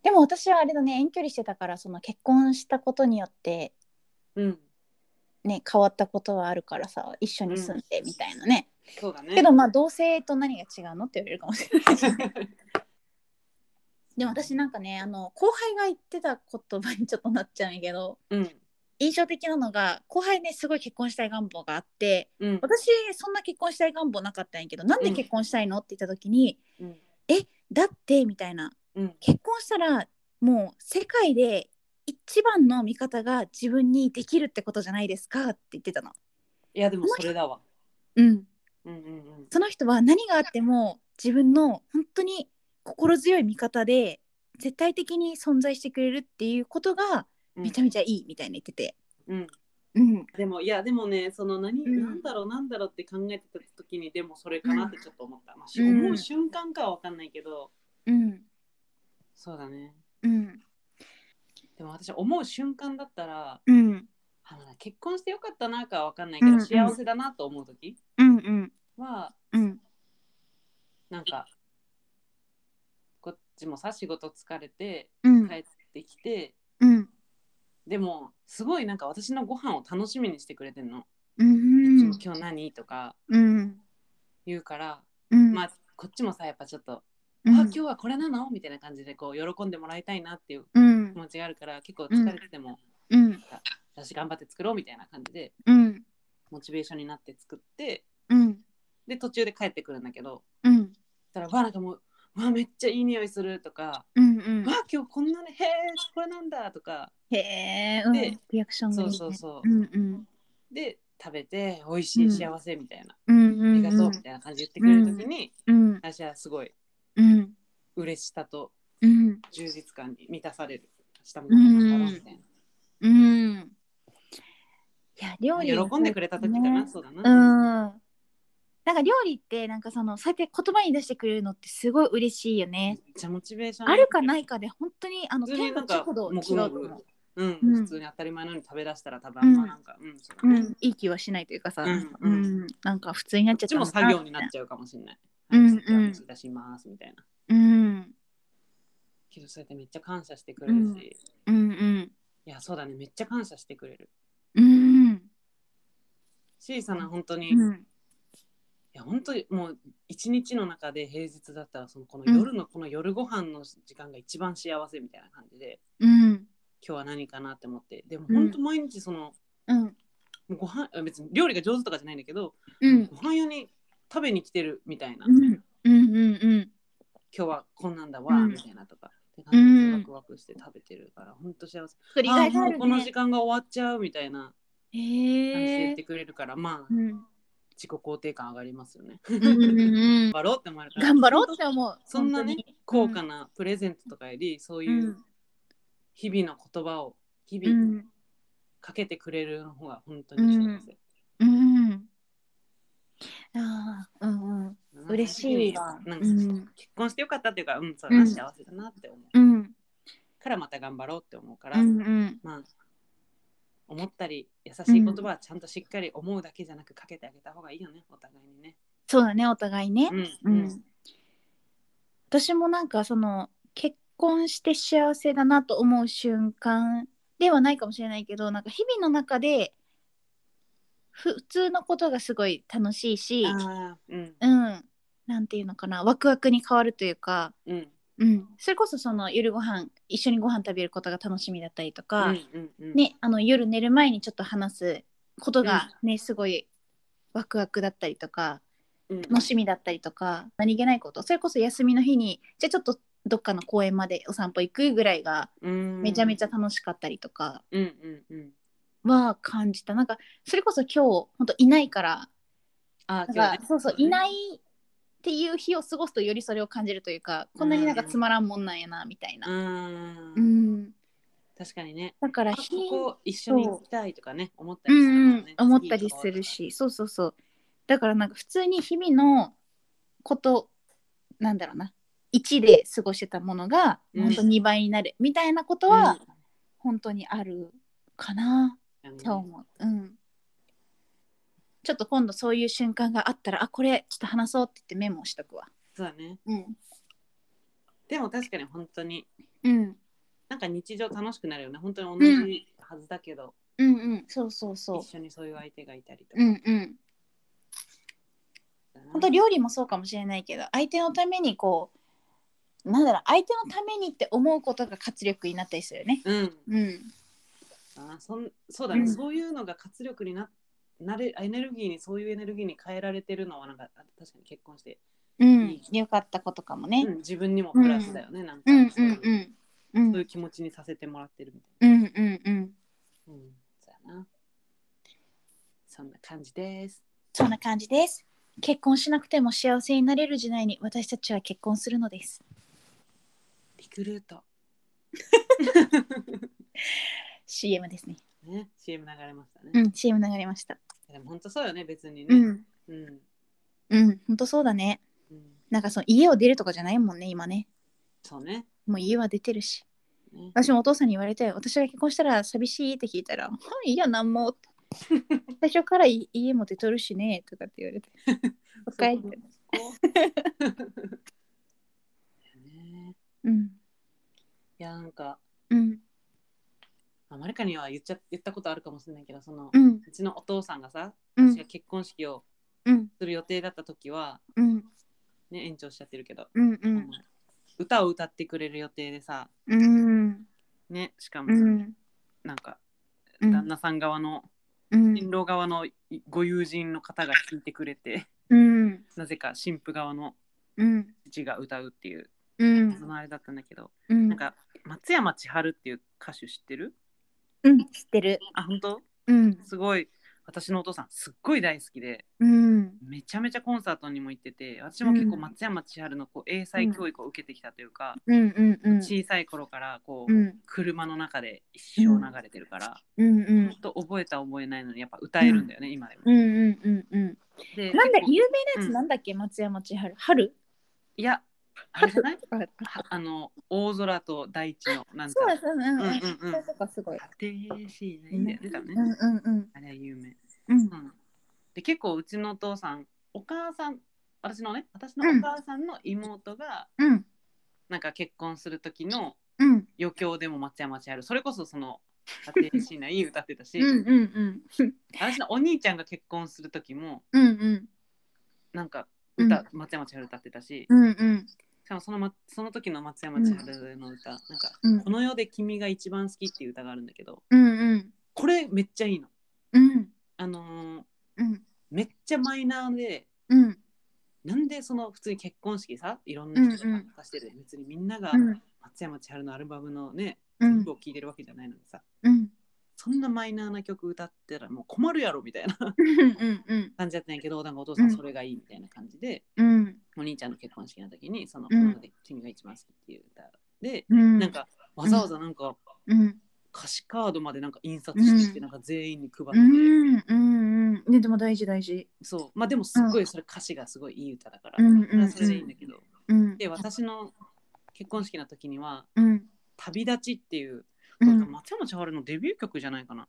A: でも私はあれだね、遠距離してたから、その結婚したことによって
B: うん
A: ね、変わったことはあるからさ、一緒に住んでみたいなね。
B: そうだね
A: けどまあ同性と何が違うのって言われるかもしれないし。でも私なんかね、あの後輩が言ってた言葉にちょっとなっちゃうんやけど、
B: [LAUGHS] うん
A: 印象的なのが後輩ねすごい結婚したい願望があって
B: うん
A: 私そんな結婚したい願望なかったんやけどなんで結婚したいのって言った時に
B: うん
A: 「だって」みたいな
B: うん
A: 結婚したらもう世界で一番の味方が自分にできるってことじゃないですかって言ってたの。
B: いやでもそれだわ
A: うん、
B: うんうんうん
A: その人は何があっても自分の本当に心強い味方で絶対的に存在してくれるっていうことが
B: うん
A: めちゃめちゃいいみたいな言ってて。
B: うん
A: うん、
B: でもいやでもねその何、
A: うん
B: なんだろうなんだろうって考えてた時にでもそれかなってちょっと思った、まあ、し
A: うん
B: 思う瞬間かはわかんないけど
A: うん、
B: そうだね
A: うん、
B: でも私思う瞬間だったら
A: うん、
B: あのね結婚してよかったなかはわかんないけど、
A: うんうん
B: 幸せだなと思う時
A: うん、うん。
B: は
A: うん
B: なんかこっちもさ仕事疲れて
A: うん
B: 帰ってきて、
A: うん
B: でもすごいなんか私のご飯を楽しみにしてくれてんの、
A: う
B: いつ
A: ん
B: も今日何とか
A: うん
B: 言うから、
A: うん
B: まあこっちもさやっぱちょっと「
A: う
B: あ
A: ん
B: 今日はこれなの?」みたいな感じでこう喜んでもらいたいなっていう
A: うん
B: 気持ちがあるから結構疲れてても、
A: うん
B: 私頑張って作ろうみたいな感じで
A: うん
B: モチベーションになって作って
A: うん
B: で途中で帰ってくるんだけど
A: うん
B: そしたらわなんかもう「わめっちゃいい匂いする」とか
A: うん
B: 「
A: うん
B: わ今日こんなねへえこれなんだ」とか
A: へえうん
B: で
A: リアクションがいい
B: そう
A: ね
B: そうそううん
A: うん
B: で食べて「美味し
A: うん
B: い幸せ」みたいな
A: うん
B: 「
A: う
B: あり
A: ん
B: が
A: う
B: とう」
A: ん
B: みたいな感じで言ってくれる時に
A: うん
B: 私はすごい
A: うん
B: 嬉しさと
A: うん
B: 充実感に満たされる。明日も頑張ろうみたい
A: うんいや料理
B: な喜んでくれた時かな、そうだ
A: う
B: な。
A: んなんか料理ってなんかそのそうやって言葉に出してくれるのってすごい嬉しいよ
B: めっ
A: ね。
B: ちゃモチベーション
A: あるかないかで本当にあの
B: 普通に
A: 天
B: な
A: の
B: んか
A: 直度違うと思う。
B: うん、
A: うん
B: 普通に当たり前のように食べ出したら多分あんまなんか、うん、そうだ
A: う
B: ね
A: ん、いい気はしないというかさ、
B: うん
A: う
B: うんん
A: なんか普通になっち
B: こ
A: ゃ
B: っ
A: った
B: ち
A: んだ
B: も作業になっちゃうかもしれな
A: うん
B: い。はい次は
A: うん
B: 持ち出しますみたいな。
A: うん
B: けどそうやってめっちゃ感謝してくれるし、
A: うん
B: い
A: うんうん
B: やそうだねめっちゃ感謝してくれる。
A: うん
B: しさな本当に、
A: う
B: い
A: ん
B: や本当にもう一日の中で平日だったらそのこの夜のこの夜ご飯の時間が一番幸せみたいな感じで
A: うん
B: 今日は何かなって思ってでも
A: うん
B: 本当毎日その、
A: うん
B: もうご飯別に料理が上手とかじゃないんだけど、
A: うん
B: ご飯屋に食べに来てるみたいな、
A: うんうんうん
B: 今日はこんなんだ
A: う
B: わ
A: ん
B: みたいなとか、って感じ
A: う
B: で
A: ん
B: ワクワクして食べてるから本当幸せ、
A: 繰り
B: あ
A: 返
B: ー
A: さ
B: も
A: れ
B: う
A: る
B: この時
A: ね。
B: 間が終わっちゃうみたいな感じ
A: へ
B: で言っ
A: え
B: て。くれるから、まあ
A: うん
B: 自己肯定感上がりますよね
A: うんうんうん
B: 頑張ろうって思えるから
A: 頑張ろうっ
B: 本
A: て思う。
B: 当そんなね
A: 本
B: 高
A: 当に
B: 価なプレゼントとかより、そう
A: う
B: いうん日々の言葉を日
A: う
B: 々
A: ん
B: かけてくれるの方が本当に幸せ、
A: うん。ああ、うんうん。
B: う
A: 嬉しいわ。
B: なんか、
A: うん
B: 結婚してよかったっていうかうんそう
A: う
B: だ
A: ん
B: な幸せだなって思う、
A: うん
B: からまた頑張ろうって思うか
A: う
B: ら、
A: んうん
B: まあ思ったり優しい言葉はちゃんとしっかり思うだけじゃなくかけてあげた方がいいよねお互いにね。
A: そうだねお互いね
B: う、ん
A: うん私もなんかその結婚して幸せだなと思う瞬間ではないかもしれないけどなんか日々の中でふ普通のことがすごい楽しいし
B: あーうん
A: うんなんていうのかなワクワクに変わるというか、
B: うん
A: うん、それこそその夜ご飯一緒にご飯食べることが楽しみだったりとか、
B: うんうん
A: ね、あの夜寝る前にちょっと話すことがね、すごいワクワクだったりとか
B: うん
A: 楽しみだったりとか何気ないことそれこそ休みの日にじゃあちょっとどっかの公園までお散歩行くぐらいが
B: うん
A: めちゃめちゃ楽しかったりとか
B: うんうんうん
A: は感じた、なんかそれこそ今日本当いないから
B: あー今
A: なん
B: 日
A: か
B: ね
A: そうそういないいっていう日を過ごすとよりそれを感じるというかこんなになんかつまらんもんなんやなみたいな。
B: うん
A: うん、
B: 確かにね
A: だから
B: あ
A: 日
B: ここ一緒に行きたいとかね思ったり
A: う
B: する
A: んう
B: も
A: んん
B: ね、
A: 思ったりするしそうそうそうだからなんか普通に日々のことなんだろうな1で過ごしてたものが
B: うん
A: 本当2倍になるみたいなこと
B: と
A: は本当にあるかな
B: うん
A: と思う、うん、ちょっと今度そういう瞬間があったらあこれちょっと話そうって言ってメモしとくわ
B: そうだね
A: うん
B: でも確かに本当に
A: うん
B: なんか日常楽しくなるよね本当に同じはずだけど、
A: うんうんそうそうそう
B: 一緒にそういう相手がいたりとか
A: うんうん
B: だな、
A: 本当料理もそうかもしれないけど相手のためにこうなんだろう相手のためにって思うことが活力になったりするよね。
B: うん
A: うん、
B: あーそんそうだね、
A: うん
B: そういうのが活力にななれエネルギーにそういうエネルギーに変えられてるのはなんかあ確かに結婚して、
A: うん、よかったことかもね
B: う。ん、自分にもプラスだよね、なんか、
A: うんう
B: そうい
A: ん
B: う
A: うんう
B: そうんいう気持ちにさせてもらってるみたい
A: うんうんうん
B: な、うん、そうやなそんな感じです
A: そんな感じです。結婚しなくても幸せになれる時代に私たちは結婚するのです。
B: リクルート
A: CM ですね。
B: ね CM 流れましたね、
A: うん CM 流れました。
B: でも本当そうよね別に
A: う
B: ね
A: ん
B: うん、うん
A: うん本当そうだね。なんかその家を出るとかじゃないもんね今ね。
B: そうね
A: もう家は出てるし。
B: ね
A: 私もお父さんに言われて私が結婚したら寂しいって聞いたら「はいいやなんも」
B: [LAUGHS]
A: 最初からい家も出とるしね」とかって言わ
B: [LAUGHS]
A: れて「おかえり
B: そう
A: って
B: こ [LAUGHS] うだよね
A: うん
B: いやなんか
A: うん
B: まあ、マリカには言っちゃ言ったことあるかもしれないけどその、う
A: うん
B: ちのお父さんがさ
A: うん
B: 私が結婚式を
A: うん
B: する予定だった時は、
A: うん
B: ね、延長しちゃってるけど、
A: うんう
B: あの
A: ん
B: 歌を歌ってくれる予定でさ、
A: うん
B: ね、しかも
A: う
B: さ、
A: ん
B: なんか
A: うん
B: 旦那さん側の
A: うん
B: 新郎側のご友人の方が聞いてくれて、
A: うん
B: なぜか新婦側の
A: うん
B: 父が歌うっていう
A: うん
B: そのあれだったんだけど、
A: うん
B: なんか松山千春っていう歌手知ってる
A: うん知ってる
B: あ本当
A: うん
B: すごい私のお父さんすっごい大好きで
A: うん
B: めちゃめちゃコンサートにも行ってて私も結構松山千春のこう英才教育を受けてきたというか、
A: うんうんうん
B: 小さい頃からこう、
A: うん
B: 車の中で一生流れてるから、
A: うんうん
B: ほんと覚えた覚えないのにやっぱ歌えるんだよね、今でも。
A: うんうんうんうん
B: で
A: なんだ
B: 結構
A: 有名なやつなんだっけ、松山千春春
B: いやあれじゃない
A: あ
B: はあの大空と大地のなんか
A: そうだそうだうん
B: うん
A: う
B: うんん
A: そ
B: うん
A: ういうとこすごい
B: 果てしないんだよね多分ね、
A: うんうんうん
B: あれは有名。
A: うん
B: うん、で結構うちのお父さんお母さん私のね私のお母さんの妹が、
A: うん
B: なんか結婚する時の
A: うん
B: 余興でも松山千春それこそその「家庭しない」歌ってたし、
A: うんうんうん
B: 私のお兄ちゃんが結婚する時も
A: うんうん
B: なんか歌、松山千春歌ってたし、
A: うんうん
B: しかもその,、ま、その時の松山千春の歌、なんか
A: う
B: 「この世で君が一番好き」っていう歌があるんだけど
A: ん
B: これめっちゃいいの。
A: うん
B: あのー
A: うん
B: めっちゃマイナーで
A: うん
B: なんでその普通に結婚式さいろんな人
A: うんう
B: が
A: ん
B: 出してる、別にみんなが
A: うん
B: 松山千春のアルバムのね、
A: うん
B: 全部を聴いてるわけじゃないのにさ
A: うん
B: そんなマイナーな曲歌ったらもう困るやろみたいな [LAUGHS]
A: うんうん
B: 感じだったんやけどなんかお父さん
A: うん
B: それがいいみたいな感じで、
A: うん
B: お兄ちゃんの結婚式の時にその「
A: うん
B: この世で君が一番好き」っていう歌で、
A: うん
B: なんかわざわざなんか
A: うん
B: 歌詞カードまでなんか印刷してきて
A: うん
B: なんか全員に配って、
A: うんうんうんねでも大事大事
B: そうまあでもすっごいそれ歌詞がすごいいい歌だか
A: う
B: ら、
A: んうん
B: それはそれでいいんだけど、
A: うん
B: で私の結婚式の時には
A: うん
B: 「旅立ち」っていう、
A: うん
B: 松山千春のデビュー曲じゃないかな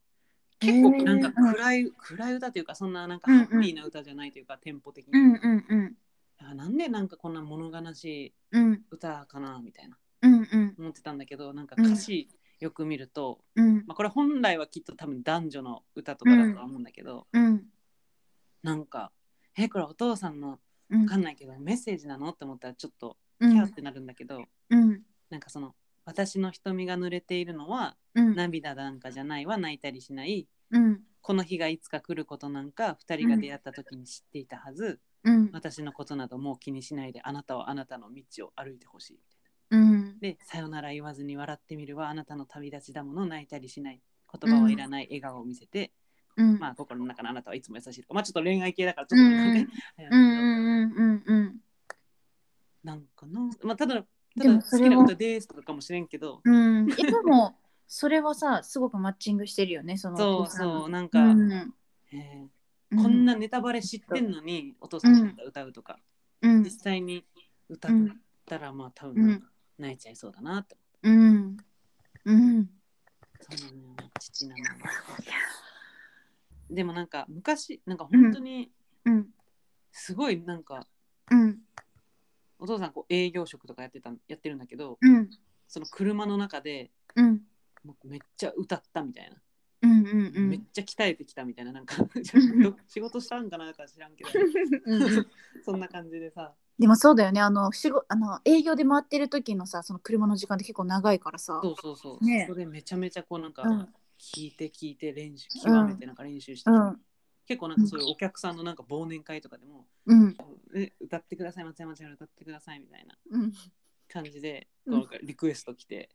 A: へー
B: 結構なんか暗い、暗い歌というかそんななんか
A: うんう
B: ハ
A: ん
B: ッピーな歌じゃないというか、テンポ的に、
A: うんうんうん
B: あなんでなんかこんな物悲しい
A: うん
B: 歌かなみたいな
A: うんうん
B: 思ってたんだけどなんか歌詞よく見ると、
A: うん
B: まあ、これ本来はきっと多分男女の歌とかだとは思うんだけど、
A: うん
B: なんか「えこれお父さんの
A: うん
B: わかんないけどメッセージなの?」って思ったらちょっと
A: う
B: キ
A: ん
B: ャーってなるんだけど、
A: うん
B: なんかその「私の瞳が濡れているのは
A: うん
B: 涙なんかじゃないは泣いたりしない
A: うん
B: この日がいつか来ることなんか2人が出会った時に知っていたはず、
A: うん
B: 私のことなどもう気にしないであなたはあなたの道を歩いてほしいみ
A: うん
B: たいなで「さよなら言わずに笑ってみるはあなたの旅立ちだもの泣いたりしない言葉はいらない笑顔を見せて、
A: うん
B: まあ心の中のあなたはいつも優しい」とかまあちょっと恋愛系だからち
A: う
B: ょっ
A: ん
B: と
A: う
B: なんか,、
A: んうんうんうん
B: なんかなまあただた
A: で
B: だ
A: も
B: 好
A: そ
B: き
A: れ
B: な
A: は
B: 歌ですとかかもしれんけど
A: うん、えで [LAUGHS] もそれはさすごくマッチングしてるよねその
B: そうそうなん
A: う
B: か、
A: ん
B: え
A: う
B: ーこんなネタバレ知ってんのにお父さんが歌うとか、
A: うん
B: 実際に歌
A: う
B: っ
A: ん
B: たらまあ多
A: う
B: 分
A: ん
B: 泣いちゃいそうだなって、
A: うんうん
B: そうなのよ父なのよでもなんか昔なんか本当に
A: うん
B: すごいなんか、
A: うん
B: お父さんこう営業職とかやってたんやってるんだけど
A: うん
B: その車の中で
A: うん
B: もうめっちゃ歌ったみたいな、
A: うんうんう
B: めっ
A: ん
B: ちゃ鍛えてきたみたいなな
A: [LAUGHS]
B: んか
A: ん
B: ど仕事したんかなんか知らんけど
A: うん
B: そんな感じでさ
A: でもそうだよねあの仕事あの営業で回ってる時のさその車の時間って結構長いからさ
B: そうそうそう、
A: ね
B: そこでめちゃめちゃこうなんか、
A: うん
B: 聞いて聞いて練習
A: う
B: 極
A: ん
B: めてなんか練習して、
A: うん
B: 結構なんかそういうお客さんのなんか忘年会とかでも、
A: うん
B: え歌ってください松山千春歌ってくださいみたいな
A: うん
B: 感じで、
A: うん
B: こうなんかリクエスト来て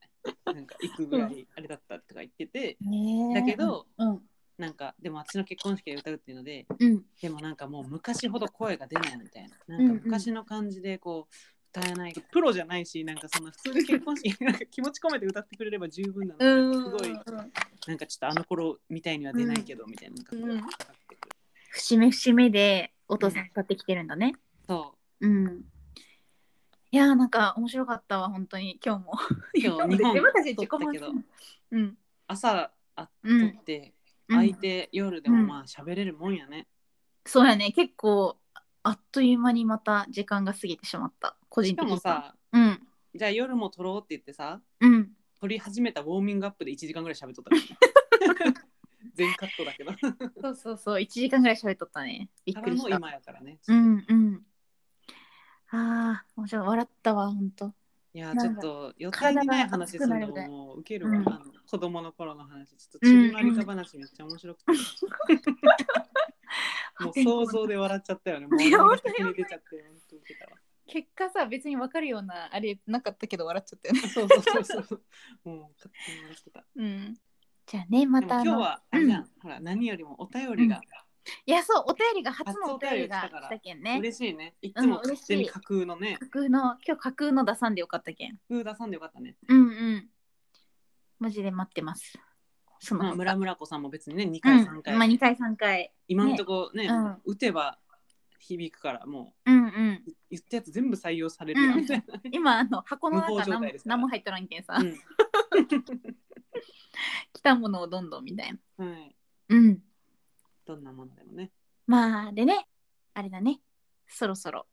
B: なんか行くぐらいあれだったとか言ってて、
A: [LAUGHS] ねえ
B: だけど
A: うん
B: なんかでも私の結婚式で歌うっていうので
A: うん
B: でもなんかもう昔ほど声が出ないみたいな
A: うん
B: なんか昔の感じでこう歌えないプロじゃないしなんかそんな普通に結婚式 [LAUGHS] なんか気持ち込めて歌ってくれれば十分なのに
A: うん
B: すごいなんかちょっとあの頃みたいには出ないけど、みたいななんかこう
A: うん
B: わかってくる
A: 節目節目でお父さん歌ってきてるんだね
B: そう
A: うんいやーなんか面白かったわ本当に今日も
B: [LAUGHS] 今日日本
A: 自分たちで自己
B: 撮った
A: 満
B: けど
A: 足うん
B: 朝あっ
A: う
B: と
A: ん
B: って、
A: うん
B: 相手夜でも
A: うん
B: まあ喋れるもんやね、
A: そうやね結構あっという間にまた時間が過ぎてしまった個人
B: しか
A: 的に
B: もさ
A: うん
B: じゃあ夜も撮ろうって言ってさ
A: うん
B: 撮り始めたウォーミングアップで1時間ぐらい喋っとったから
A: [LAUGHS]
B: 全カットだけど
A: そうそうそう1時間ぐらい喋っとったねびっ
B: か
A: く
B: ら
A: りし
B: の
A: た
B: 今やからね、
A: うんうんあー面白い笑ったわほんと
B: いや
A: なんか
B: ちょっと予定にない話する
A: 体が熱くな
B: の
A: る
B: も受けるわ、
A: うん
B: あの子供の頃の話ちょっとちびまりか話めっちゃ面白
A: [LAUGHS]
B: くて、もう想像で笑っちゃっ
A: [LAUGHS]
B: たよねもう
A: いや
B: 笑いが先に出ちゃって本当受けたわ
A: 結果さ別に分かるようなあれなかったけど笑っちゃったよね
B: そうそうそうそうもう勝手に笑ってた
A: うんじゃあねま
B: でも
A: たあ
B: 今日
A: の
B: はあれじゃん、ほら何よりもお便りが
A: いやそうお便りが初のお便りが
B: 初お便りが来たから
A: 来たけんね
B: 嬉しいね、いつも勝手に架空のね
A: 架空の今日架空の出さんでよかったけん
B: 架空出さんでよかったね
A: うんうんマジで待ってますその
B: まあ
A: 他
B: 村村子さんも別にね2
A: う
B: 回
A: ん
B: 3回、
A: まあ、2回3回
B: 今のとこ
A: ね
B: ね
A: うん
B: 打てば響くからも
A: うんうん
B: う言ったやつ全部採用されるやんみたいな、
A: 今あの箱の
B: 無
A: 中
B: 法状
A: 何も
B: 態ですから
A: 何も入っとらんけんさ、
B: うん
A: 来たものをどんどんみたいな
B: はい。
A: うん
B: どんなものでもね。
A: まあでねあれだねそろそろ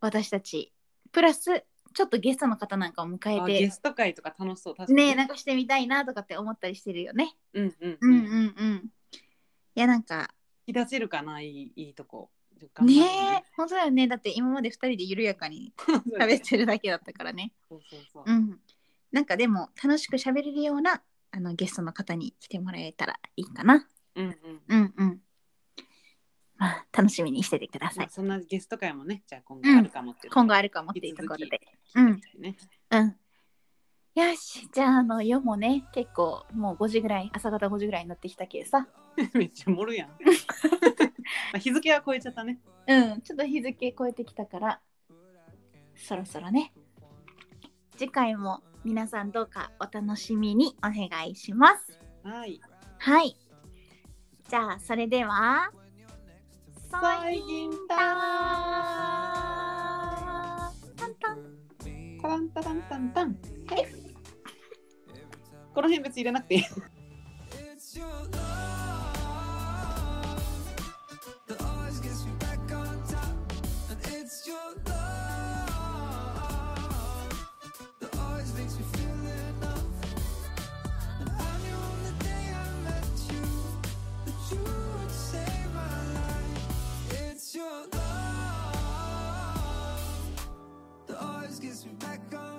A: 私たちプラスちょっとゲストの方なんかを迎
B: あ
A: え
B: ゲスト会とか楽しそう。確
A: て
B: かに。
A: ねえなんかしてみたいなとかって思ったりしてるよね
B: うんうん。
A: うんうん
B: 引
A: うんいやなんか
B: き出せるかないいいいとこ。
A: ね
B: [LAUGHS]
A: え本当だよねだって今まで2人で緩やかに
B: 頑張
A: 喋
B: るね。
A: ってるだけだったからね
B: そうそうそう。
A: うん、なんかでも楽しく喋れるようなあのゲストの方に来てもらえたらいいかな。
B: うんうん。
A: うんうん。まあ楽しみにしててくださ
B: ま
A: い
B: あ。そんなゲスト会もね、じゃあ今後あるかもっていう。
A: 今後
B: あ
A: あるかもっていうところで。
B: る。ね。 [LAUGHS]
A: うん。よし、じゃああの夜もね、結構もう5時ぐらい、朝方5時ぐらいになってきたけどさ。
B: めっちゃ盛
A: [LAUGHS]
B: るやん。まあ日付は超えちゃったね。
A: うん、ちょっと日付超えてきたから、そろそろね。次回も皆さんどうかお楽しみにお願いします。
B: はい。
A: はい。じゃあ、それでは。最近だタンタン。
B: タランタランタンタン。この辺別に入れなくていい。
C: It's your love that always gets me back on top, and it's your love that always makes me feel enough. And I knew on the day I met you that you would save my life. It's your love that always gets me back on